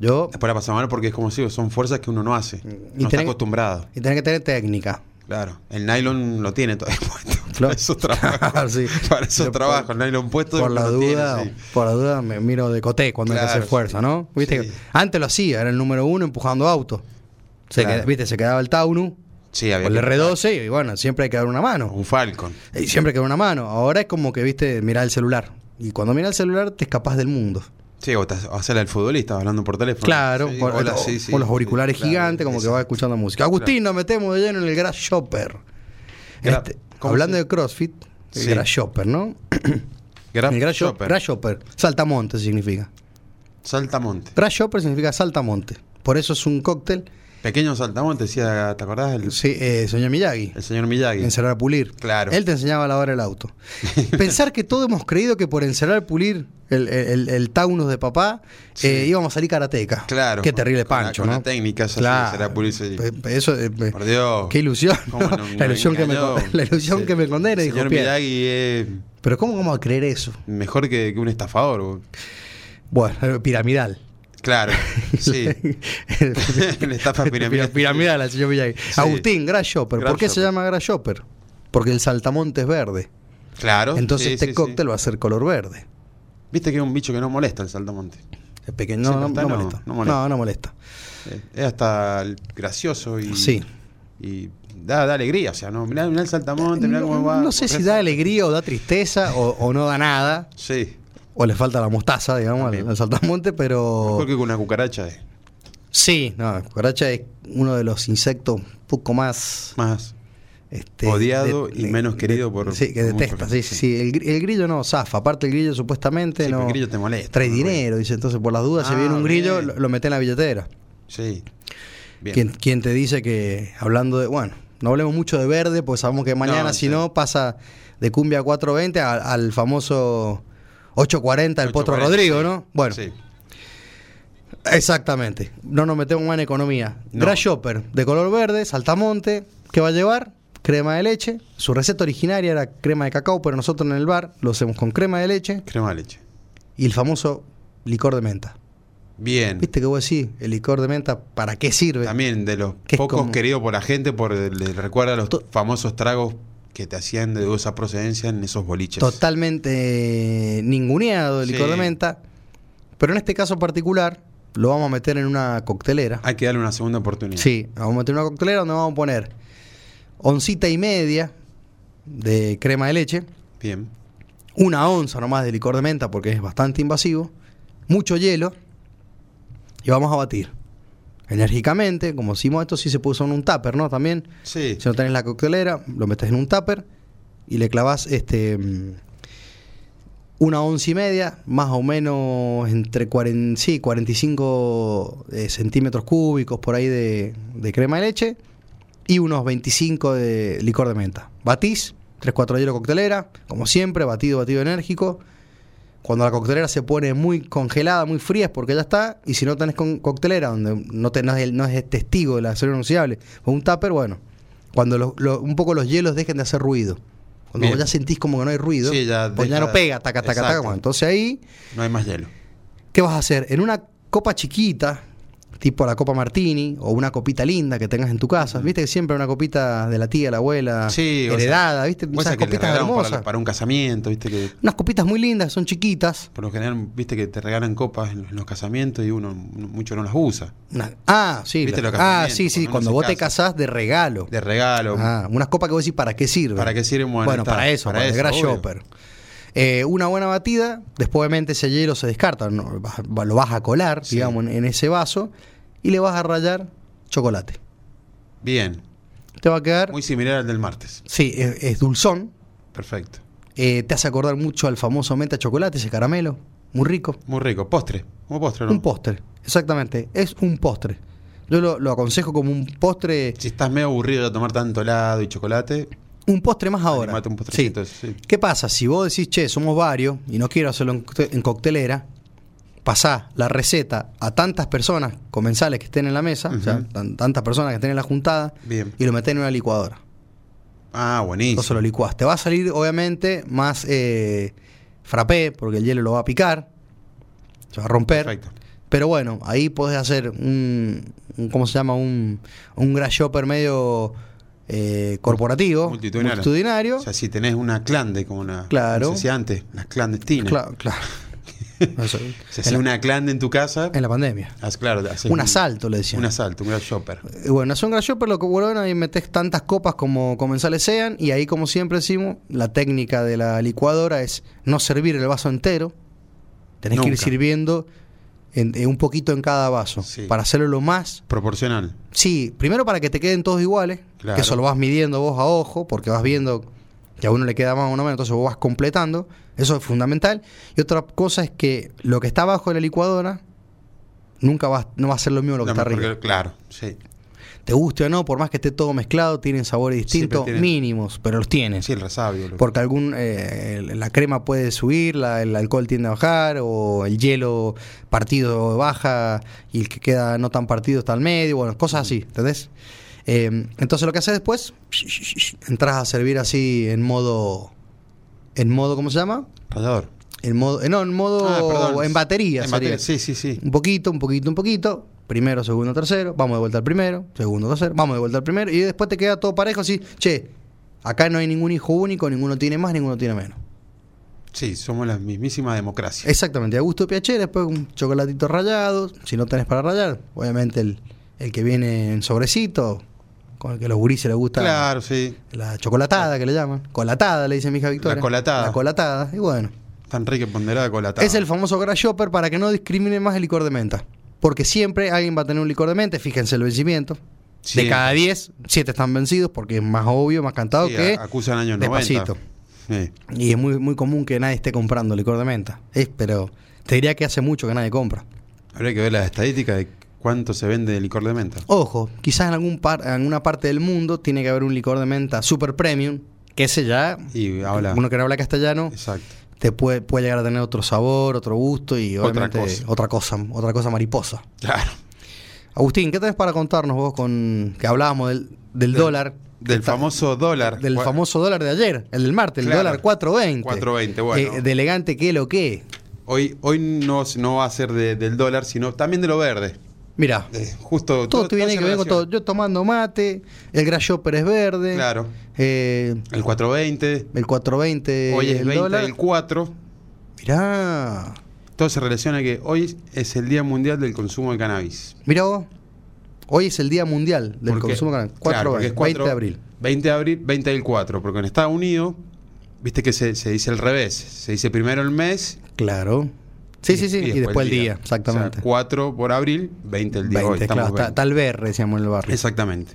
Yo
Después la pasas mal porque es como si son fuerzas que uno no hace, no está
tenés-
acostumbrado.
y tenés que tener técnica.
Claro, el nylon lo tiene todavía puesto.
Claro.
Para esos trabajos.
Sí.
Para esos
Yo por-
trabajos, el nylon puesto.
por
uno
la
lo tiene,
duda,
sí.
por la duda me miro de coté cuando hay que
Claro,
hacer fuerza,
sí.
¿no? Viste
Sí.
que antes lo hacía, era el número uno empujando autos. Se
Claro.
queda- viste, se quedaba el Taunu,
Sí,
o
había
el
que-
R12, y bueno, siempre hay que dar una mano.
un Falcon.
Y siempre hay que dar una mano. Ahora es como que, viste, mirar el celular. Y cuando miras el celular, te escapas del mundo.
Sí, o, te- o hacerle al futbolista hablando por teléfono.
Claro,
Sí,
con,
hola,
o-
sí, sí,
con los
sí,
auriculares
claro,
gigantes, como que
esa-
vas escuchando música. Agustín, nos metemos de lleno en el Grass Shopper.
Gra-
Este,
¿cómo
hablando
se-
de CrossFit, el
Sí.
Grass Shopper, ¿no?
Grab
el Grass Shopper.
Shopper.
Grass Shopper. Saltamonte significa.
Saltamonte.
Grass Shopper significa saltamonte. Por eso es un cóctel.
Pequeño saltamonte, decía, ¿te acordás? El,
Sí, eh, señor Miyagi.
el señor Miyagi.
Encerrar a pulir.
Claro.
Él te enseñaba a lavar el auto. Pensar que todos hemos creído que por encerrar a pulir el, el, el Taunus de papá eh, íbamos a salir karateca.
Claro.
Qué terrible
Con la-
pancho,
con
¿no?
la técnica esa de encerar a pulir, sí.
Pe- Eso, eh, pe-
Por Dios.
Qué ilusión.
¿Cómo
¿no?
nos-
la
nos
ilusión, que me,
engañó?
con- la ilusión
Sí.
que me condena,
El
dijo
señor
Pierre.
Miyagi es
Pero ¿cómo vamos a creer eso?
mejor que, que un estafador. vos.
Bueno, eh, piramidal.
Claro, sí. Una estafa piramidal.
Pira- Este, piramidal al señor Miyagi. Agustín, Grass Shopper.
Grass
¿Por qué se
Shopper.
llama Grass Shopper? Porque el saltamonte es verde.
Claro.
Entonces
sí,
este
sí, sí.
cóctel va a ser color verde.
Viste que es un bicho que no molesta el saltamonte.
Es pequeño.
Sí,
No,
no
no,
está,
no
no,
molesta.
no molesta.
No, no molesta.
Eh, Es hasta gracioso y.
Sí.
Y da, da alegría. O sea, no, mirá, mirá el saltamonte, mirá
No,
cómo va.
no sé si da alegría o da tristeza o, o no da nada.
Sí.
O le falta la mostaza, digamos, al,
También.
al saltamonte, pero...
Mejor que una cucaracha es
Sí, no, la cucaracha es uno de los insectos un poco más...
más.
este,
Odiado y menos querido por-
Sí, que
por mucha
detesta, sí,
gente,
sí,
sí.
sí. El, gri- el grillo no zafa, aparte el grillo supuestamente
Sí,
no...
pero el grillo te molesta,
Trae
¿no?
dinero, dice, entonces por las dudas, si
Ah,
viene un grillo,
bien.
lo, lo mete en la billetera.
Sí. Bien.
Quien, quien te dice que, hablando de, bueno, no hablemos mucho de verde, pues sabemos que mañana,
No,
si
sí.
no, pasa de cumbia 420 al, al famoso 840 del Potro
8.40,
Rodrigo,
sí.
¿no? Bueno,
Sí.
exactamente. No nos metemos más en economía.
No.
Grass Shopper, de color verde, saltamonte, que va a llevar crema de leche. Su receta originaria era crema de cacao, pero nosotros en el bar lo hacemos con crema de leche
Crema de leche.
y el famoso licor de menta.
Bien.
¿Viste que vos decís? El licor de menta, ¿para qué sirve?
También de los
Que es
pocos
como-
queridos por la gente, por le recuerda los
To-
famosos tragos que te hacían de dudosa procedencia en esos boliches.
Totalmente eh, ninguneado el licor
Sí.
de menta. Pero en este caso particular, lo vamos a meter en una coctelera.
Hay que darle una segunda oportunidad.
Sí, vamos a meter una coctelera donde vamos a poner oncita y media de crema de leche,
Bien.
una onza nomás de licor de menta porque es bastante invasivo, mucho hielo y vamos a batir. Enérgicamente, como decimos, esto sí se puso en un tupper, ¿no? También,
Sí.
si no tenés la coctelera, lo metes en un tupper y le clavas este, mm, una once y media, más o menos entre 40, sí, 45 eh, centímetros cúbicos por ahí de, de crema de leche y unos 25 de licor de menta. Batís, 3-4 hielo coctelera, como siempre, batido, batido enérgico. Cuando la coctelera se pone muy congelada, muy fría, es porque ya está. Y si no tenés con coctelera, donde no, te, no, es, el- no es testigo de la acero inoxidable, o un tupper, bueno, cuando lo- lo- un poco los hielos dejen de hacer ruido. Cuando
Bien.
vos ya sentís como que no hay ruido,
Sí, ya
vos
deja-
no pega, taca, taca, taca.
Exacto.
bueno, entonces ahí
No hay más hielo.
¿Qué vas a hacer? En una copa chiquita, tipo la copa martini o una copita linda que tengas en tu casa. Viste que siempre una copita de la tía, la abuela,
Sí, o sea,
Ah, heredada, ¿viste?
Cosa
Esas
que le
copitas
regalaron para-
hermosas.
para un casamiento, viste que
Unas copitas muy lindas, son chiquitas.
Por lo general, viste que te regalan copas en los, en los casamientos y uno n- mucho no las usa.
Una- Ah, sí.
Viste
la-
los
Ah,
casamientos,
sí, sí.
cuando uno
Cuando
se
vos te
casa.
casás de regalo.
De regalo.
Ah, unas copas que vos decís, ¿para qué sirven?
¿Para qué sirven? Bueno,
Bueno,
está,
para eso,
para
para, el
eso,
gran
obvio.
shopper. Eh, una buena batida, después obviamente ese hielo se descarta, no, vas- va- lo vas a colar,
Sí.
digamos, en- en ese vaso y le vas a rayar chocolate.
Bien.
Te va a quedar
Muy similar al del martes.
Sí, es, es dulzón.
Perfecto.
eh, te hace acordar mucho al famoso menta chocolate, ese caramelo. Muy rico.
Muy rico. Postre. Un postre, ¿no?
Un postre, exactamente. Es un postre. Yo lo, lo aconsejo como un postre.
Si estás medio aburrido de tomar tanto helado y chocolate,
Un postre más ahora.
animate un
Sí.
postrecito. sí.
¿Qué pasa? Si vos decís, che, somos varios y no quiero hacerlo en, cocte- en coctelera, pasá la receta a tantas personas, comensales que estén en la mesa, o sea,
Ujú.
tan- tantas personas que estén en la juntada,
Bien.
y lo metés en una licuadora.
Ah, buenísimo.
Entonces lo licuás. Te va a salir, obviamente, más eh, frappé, porque el hielo lo va a picar, se va a romper.
Perfecto.
Pero bueno, ahí podés hacer un, un- ¿cómo se llama? Un, un grass shopper medio eh, corporativo,
Multitudinario.
multitudinario.
O sea, si tenés una clande como una.
Claro.
No sé si antes, las clandestinas.
Cla- claro. Eso,
Se
en,
hace
la,
una clande en tu casa.
en la pandemia.
haz- claro, haces
Un asalto, le decían.
Un asalto, un gran shopper.
Eh, Bueno, es un grass shopper, lo que bueno, ahí metes tantas copas como comensales sean. Y ahí, como siempre decimos, la técnica de la licuadora es no servir el vaso entero. Tenés que ir
Nunca.
sirviendo en- en un poquito en cada vaso.
Sí.
Para hacerlo lo más
Proporcional.
Sí, primero para que te queden todos iguales,
Claro.
que eso lo vas midiendo vos a ojo, porque vas viendo que a uno le queda más o uno menos, entonces vos vas completando, eso es fundamental. Y otra cosa es que lo que está abajo de la licuadora nunca va, no va a ser lo mismo lo que
No,
está arriba.
porque- Claro, sí.
Te guste o no, por más que esté todo mezclado, tienen sabores
Sí, pero
distintos,
tienen-
mínimos, pero los tienen.
Sí, el resabio. lo-
Porque algún eh, el- la crema puede subir, la- el alcohol tiende a bajar, o el hielo partido baja y el que queda no tan partido está al medio, bueno, cosas así, ¿entendés? Eh, entonces lo que haces después, entras a servir así en modo, en modo, ¿cómo se llama?
Rallador.
En modo, eh, no, en modo,
Ah, perdón.
en batería.
En
sería.
batería, sí, sí, sí.
Un poquito, un poquito, un poquito. Primero, segundo, tercero. Vamos de vuelta al primero. Segundo, tercero. Vamos de vuelta al primero. Y después te queda todo parejo así. Che, acá no hay ningún hijo único. Ninguno tiene más, ninguno tiene menos.
Sí, somos la mismísima democracia.
Exactamente. A gusto Piacere. Después un chocolatito rallado. Si no tenés para rallar. Obviamente el, el que viene en sobrecito. Con el que a los gurises les gusta.
Claro, sí.
La chocolatada que le llaman. Colatada le dice mi hija Victoria.
La colatada.
La colatada. Y bueno.
Tan rica y ponderada con la tapa.
Es el famoso grass shopper para que no discrimine más el licor de menta. Porque siempre alguien va a tener un licor de menta, fíjense el vencimiento.
Siempre.
De cada 10, 7 están vencidos porque es más obvio, más cantado
Sí,
que.
a- acusan años 90.
despacito.
Sí.
Y es muy, muy común que nadie esté comprando licor de menta. Es, pero te diría que hace mucho que nadie compra.
Habría que ver las estadísticas de cuánto se vende de licor de menta.
Ojo, quizás en, algún par, en alguna parte del mundo tiene que haber un licor de menta super premium, que ese ya,
Y habla.
uno que no habla castellano,
Exacto.
te puede, puede llegar a tener otro sabor, otro gusto y
Otra
obviamente
cosa.
otra cosa, otra cosa mariposa.
Claro.
Agustín, ¿qué tenés para contarnos vos con que hablábamos del, del dólar?
Del famoso dólar.
Del
Gua-
famoso dólar de ayer, el del martes, el
Claro.
dólar 420.
4.20, bueno.
Eh, de elegante que lo que.
Hoy, hoy no, no va a ser de- del dólar, sino también de lo verde.
Mira,
Eh, justo
todo tiene
se
que ver con todo.
relaciona.
Yo tomando mate, el grasshopper es verde.
Claro.
eh,
El 420,
el 420
hoy es
el
20
dólar.
del 4.
Mirá.
Todo se relaciona que hoy es el Día Mundial del Consumo de Cannabis.
Mirá vos. Hoy es el Día Mundial del
Porque-
Consumo de Cannabis. 4
claro, porque es
20
cuatro-
de abril.
20 de abril, 20 del 4. Porque en Estados Unidos, viste que se, se dice al revés. Se dice primero el mes.
Claro. Sí,
y-
sí, sí. Y, después el día, exactamente.
O sea, 4 por abril, 20 el día. Hoy
20,
estamos
claro, ta-
20.
tal vez, decíamos en el barrio.
Exactamente.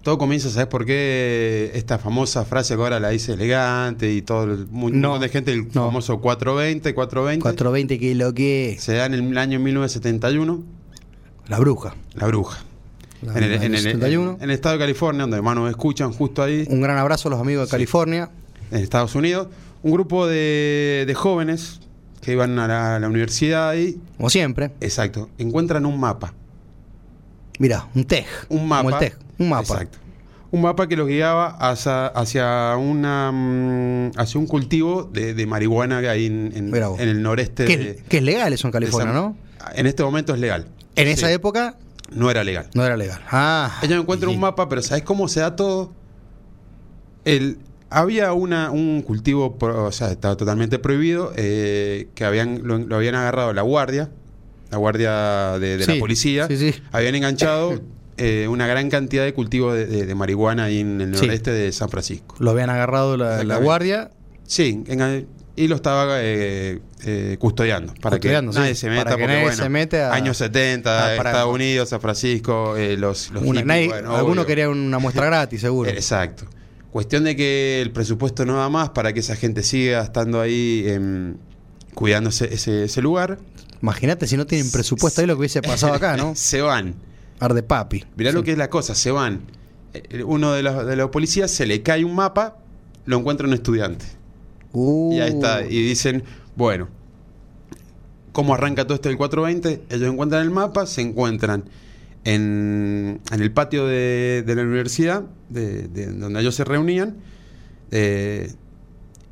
Todo comienza, ¿sabes por qué? Esta famosa frase que ahora la dice elegante y todo el mu-
No,
montón de gente, el
no.
famoso 420, 420.
420 que lo que.
Se da en el año 1971,
La bruja.
La Bruja.
La-
en, el, en, el,
71.
en el estado de California, donde hermanos nos escuchan, justo ahí,
Un gran abrazo a los amigos de California.
en Estados Unidos, un grupo de, de jóvenes que iban a la, a la universidad ahí,
Como siempre.
exacto, encuentran un mapa.
Mirá, un tej.
un mapa.
Como el tej. Un mapa.
Exacto. Un mapa que los guiaba hacia, hacia, una, mm, hacia un cultivo de, de marihuana que hay en, en-
Mira vos.
en el noreste
Que,
de,
que es legal eso en
de
California,
San-
¿no?
En este momento es legal.
En
Sí,
esa época
No era legal.
no era legal. Ah.
Ellos encuentran un mapa, pero ¿sabes cómo se da todo? El, había una, un cultivo, pro- o sea, estaba totalmente prohibido, eh, que habían, lo, lo habían agarrado la guardia, la guardia de, de
Sí,
la policía,
sí, sí.
habían enganchado eh, una gran cantidad de cultivos de, de- de marihuana ahí en el
Sí.
noreste de San Francisco.
Lo habían agarrado la, la
Exactamente.
guardia.
Sí, enga- y lo estaba eh, eh, custodiando, para
Custodiando,
que nadie
sí,
se meta,
para que
porque
nadie
bueno,
se meta a-
años 70,
a- para-
Estados Unidos, San Francisco, eh, los, los
Una-
hippies,
nadie-
bueno,
alguno
obvio.
quería una muestra gratis, seguro.
Exacto. Cuestión de que el presupuesto no da más para que esa gente siga estando ahí em, cuidándose ese, ese lugar.
Imagínate si no tienen presupuesto, ahí lo que hubiese pasado acá, ¿no?
se van.
Arde papi.
Mirá lo que es la cosa, se van. Eh, Uno de los, de los policías se le cae un mapa, lo encuentra un estudiante.
Uh,
Y ahí está. Y dicen, bueno, ¿cómo arranca todo esto del 420? Ellos encuentran el mapa, se encuentran en, en el patio de, de la universidad, de, de donde ellos se reunían, eh,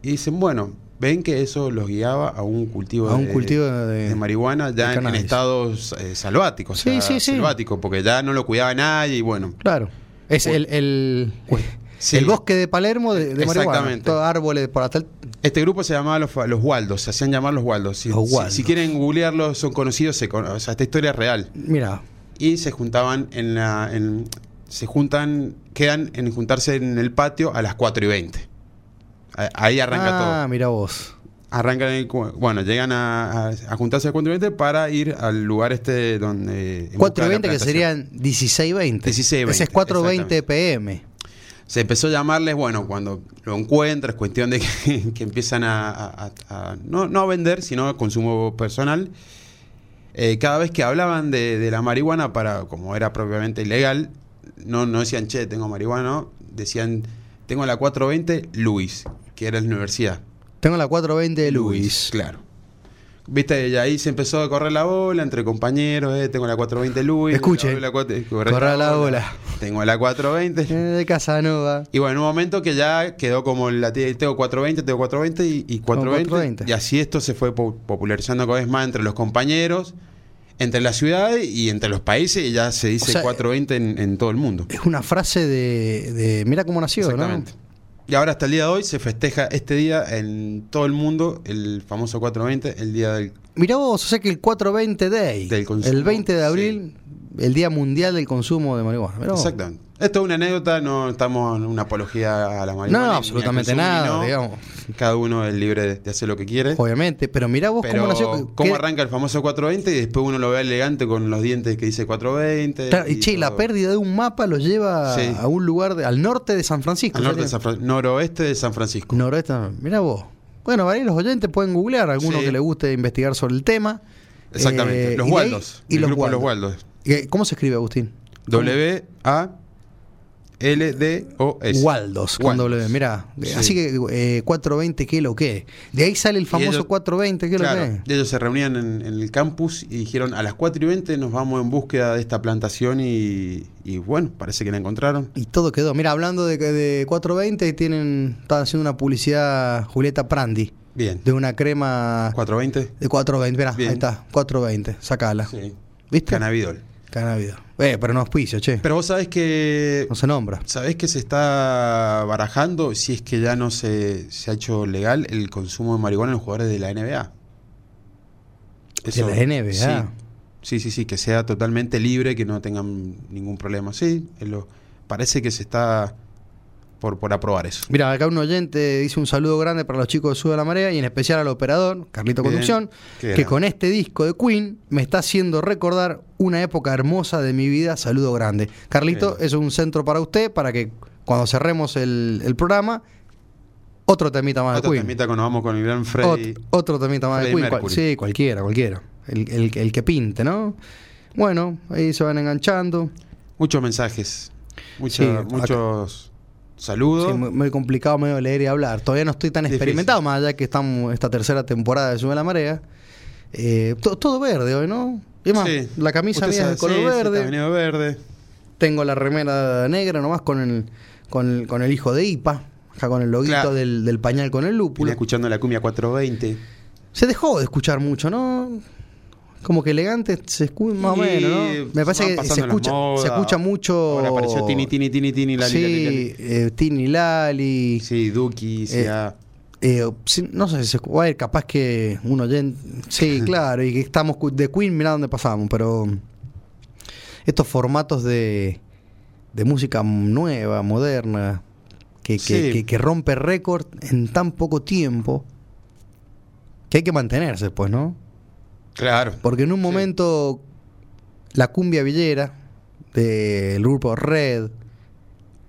y dicen, bueno, ven que eso los guiaba a un cultivo,
A un cultivo de-
de marihuana
de
ya en- en,
cannabis.
estados eh, salváticos, o
Sí,
sea,
sí, sí.
selváticos, porque ya no lo cuidaba nadie y bueno.
Claro. Es el, el,
Sí.
el bosque de Palermo de, de marihuana.
Exactamente.
Todos árboles por hasta el-
Este grupo se llamaba Los, Fa- los Waldos, se hacían llamar Los Waldos. Si,
Los
si-
Waldos.
si quieren googlearlos, son conocidos, se cono- o sea, esta historia es real.
Mira,
Y se juntaban en la... en- se juntan, quedan en juntarse en el patio a las 4 y 20. A- Ahí arranca
ah,
todo.
mira vos.
Arrancan, el cu- bueno, llegan a, a- a juntarse a las 4 y 20 para ir al lugar este donde... en busca de
4.20
la
que
plantación.
serían 16.20.
16:20,
Ese es 4.20 pm.
Se empezó a llamarles, bueno, cuando lo encuentras, cuestión de que, que empiezan a, a- a- a- no, no a vender, sino a consumo personal. Eh, cada vez que hablaban de, de la marihuana, para como era propiamente ilegal, no, no decían, che, tengo marihuana, no, decían, tengo la 420 Luis, que era la universidad.
Tengo la 4.20 de Luis.
Claro. Viste, y ahí se empezó a correr la bola entre compañeros, eh, tengo la 420 Luis.
Escuche.
la cuatro-
Corra la bola.
Tengo la 420.
Eh, De Casanova.
Y bueno, en un momento que ya quedó como la tía, tengo 420, tengo 420 y, y 420,
420.
Y así esto se fue po- popularizando cada vez más entre los compañeros, entre las ciudades y entre los países. Y ya se dice
sea,
420 en, en todo el mundo.
Es una frase de, de mira cómo nació, ¿no?
Exactamente. Y ahora hasta el día de hoy se festeja este día en todo el mundo, el famoso 420, el día del...
Mirá vos, o sea que el 420 Day,
Del consumo,
el 20 de abril, el Día Mundial del Consumo de Marihuana. Mirá vos.
Exactamente. Esto es una anécdota, no estamos en una apología a la
No,
marihuana.
no,
ni- ni
absolutamente
al consumo, ni
nada,
no.
digamos.
Cada uno es libre de- de hacer lo que quiere.
Obviamente, pero mirá vos
Pero
cómo
cómo,
nació.
arranca el famoso 420 y después uno lo ve elegante con los dientes que dice 420.
Claro, y che, la
todo.
pérdida de un mapa lo lleva
Sí.
a un lugar de- al norte de Mm, San Francisco.
Al norte
o
de
sea
San Fran- noroeste de San
que-
Francisco.
Noroeste. Mirá vos. Bueno, ahí los oyentes pueden googlear, alguno
Sí.
que le guste investigar sobre el tema.
Exactamente.
Eh,
los
y de ahí-
Waldos.
Y
el
los
grupo de
Waldos.
los Waldos.
Eh, ¿Cómo se escribe, Agustín?
W A L-D-O-S.
Waldos, con W, mirá.
Sí.
Así que eh, 420, ¿qué lo que? De ahí sale el famoso
ellos-
420, ¿qué
Claro,
lo que?
y ellos se reunían en, en el campus y dijeron a las 4 y 20 nos vamos en búsqueda de esta plantación y, y bueno, parece que la encontraron.
Y todo quedó. Mira, hablando de, de 420, tienen, están haciendo una publicidad Julieta Prandi
Bien.
de una crema
420.
de 420. Mirá,
Bien.
ahí está, 420, sacala.
Sí.
¿Viste?
Cannabidol.
Cannabidol. Eh, pero no auspicio, che.
Pero vos sabés que
no se nombra.
¿Sabés que se está barajando, si es que ya no se, se ha hecho legal, el consumo de marihuana en los jugadores de la NBA? Eso-
de la NBA.
Sí, sí, sí, sí, que sea totalmente libre, que no tengan ningún problema. Sí, es lo- parece que se está por, por aprobar eso.
Mira, acá un oyente dice un saludo grande para los chicos de Sube la Marea y en especial al operador, Carlito
Bien.
Conducción,
Qué
que
grande.
con este disco de Queen me está haciendo recordar una época hermosa de mi vida. Saludo grande. Carlito,
Bien.
es un centro para usted, para que cuando cerremos el, el programa, otro temita más
Otro
de Ah, Queen.
temita cuando vamos con el gran Freddy.
Ot- otro temita más de
Freddie
Queen. cual-
Mercury.
sí, cualquiera, cualquiera. El, el- el que pinte, ¿no? Bueno, ahí se van enganchando.
Muchos mensajes, mucha-
Sí, acá-
muchos saludos.
Sí, muy, muy complicado medio leer y hablar. Todavía no estoy tan
Difícil.
experimentado, más allá que estamos esta tercera temporada de Sube la Marea. Eh, to- todo verde hoy, ¿no? Y más,
Sí.
la camisa
Usted
mía es de
sabe-
color
sí, sí,
verde.
está venido verde.
Tengo la remera negra nomás con el, con el, con el hijo de IPA. Acá con el loguito
Claro.
del, del pañal con el
Viene
lúpulo.
escuchando la cumbia 420.
Se dejó de escuchar mucho, ¿no? Como que elegante se escucha más o
Y
menos, ¿no? Me parece
van
que se
pasando las
escucha,
modas.
se escucha mucho.
Ahora apareció Tini, Tini, Tini, Tini, Lali,
sí,
Lali, Lali.
eh, Tini Lali.
Sí, Duki, sí,
Eh,
ah.
Eh, sí, no sé si se escu- a ver, capaz que un oyente. Sí, claro, y que estamos cu- de Queen, mirá dónde pasamos, pero estos formatos de, de música nueva, moderna, que, que-
Sí.
que- que rompe récord en tan poco tiempo, que hay que mantenerse, pues, ¿no?
Claro.
Porque en un momento la cumbia villera del grupo Red,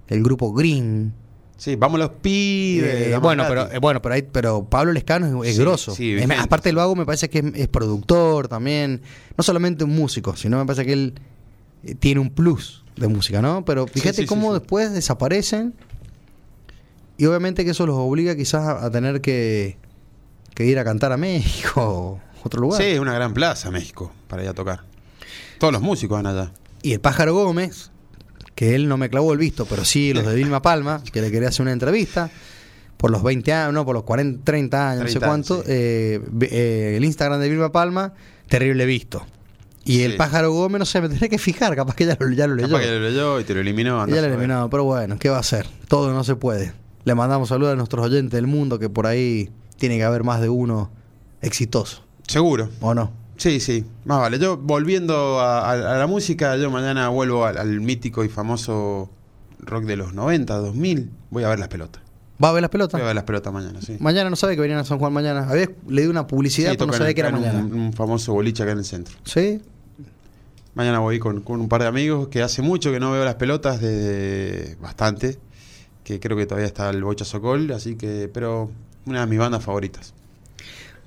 el grupo Green,
Sí, vamos los
eh,
pibes. damos
bueno,
gratis.
pero, eh, bueno, pero ahí, pero Pablo Lescano es, es
Sí,
grosso.
sí,
Es-
vigente.
aparte lo hago, me parece que es, es productor también. No solamente un músico, sino me parece que él eh, tiene un plus de música, ¿no? Pero fíjate
sí, sí,
cómo
sí.
después desaparecen. Y obviamente que eso los obliga quizás a, a tener que, que ir a cantar a México o otro lugar.
Sí, es una gran plaza México para ir a tocar. Todos los músicos van allá.
Y el pájaro Gómez, que él no me clavó el visto, pero sí los de Vilma Palma, que le quería hacer una entrevista, por los 20 años, no, por los 40, 30 años, no sé
30 años,
cuánto,
sí.
eh, vi- eh, el Instagram de Vilma Palma, terrible visto. Y el
Sí.
pájaro Gómez, no sé, me tendré que fijar, capaz que ya lo, ya lo leyó.
Capaz que lo leyó y te lo eliminó. andá
Ya
a
lo
saber.
eliminado, pero bueno, ¿qué va a hacer? Todo no se puede. Le mandamos saludos a nuestros oyentes del mundo, que por ahí tiene que haber más de uno exitoso,
Seguro.
¿o no?
Sí, sí. Más vale. Yo, volviendo a, a- a la música, yo mañana vuelvo al, al mítico y famoso rock de los 90, 2000. Voy a ver las pelotas.
¿Va a ver las pelotas?
Voy a ver las pelotas mañana, sí.
Mañana no sabe que venían a San Juan mañana. Había leído una publicidad,
Sí,
pero no
tocan
sabía que era
en un-
mañana.
Un, famoso boliche acá en el centro.
¿Sí?
Mañana voy con, con un par de amigos que hace mucho que no veo las pelotas, desde bastante, que creo que todavía está el Bocha Sokol, así que, pero una de mis bandas favoritas.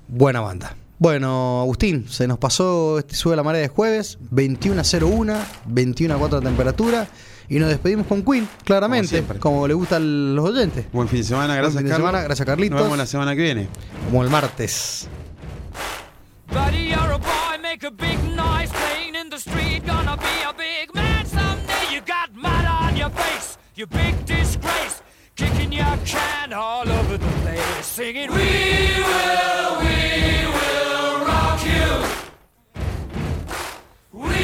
Buena banda. Bueno, Agustín, se nos pasó este sube la marea de jueves, 21.01, 21.04 la temperatura, y nos despedimos con Queen, claramente,
siempre.
como le gustan los oyentes,
Buen fin de semana,
Buen
gracias
fin de
Carlos.
semana, gracias, Carlitos.
Nos vemos la semana que viene.
como el martes.
Buddy, you're a boy, make a big noise playing in the street. Gonna be a big man someday. You got mud on your face, you big disgrace. Kicking your can all over the place, singing, We will, we will rock you. We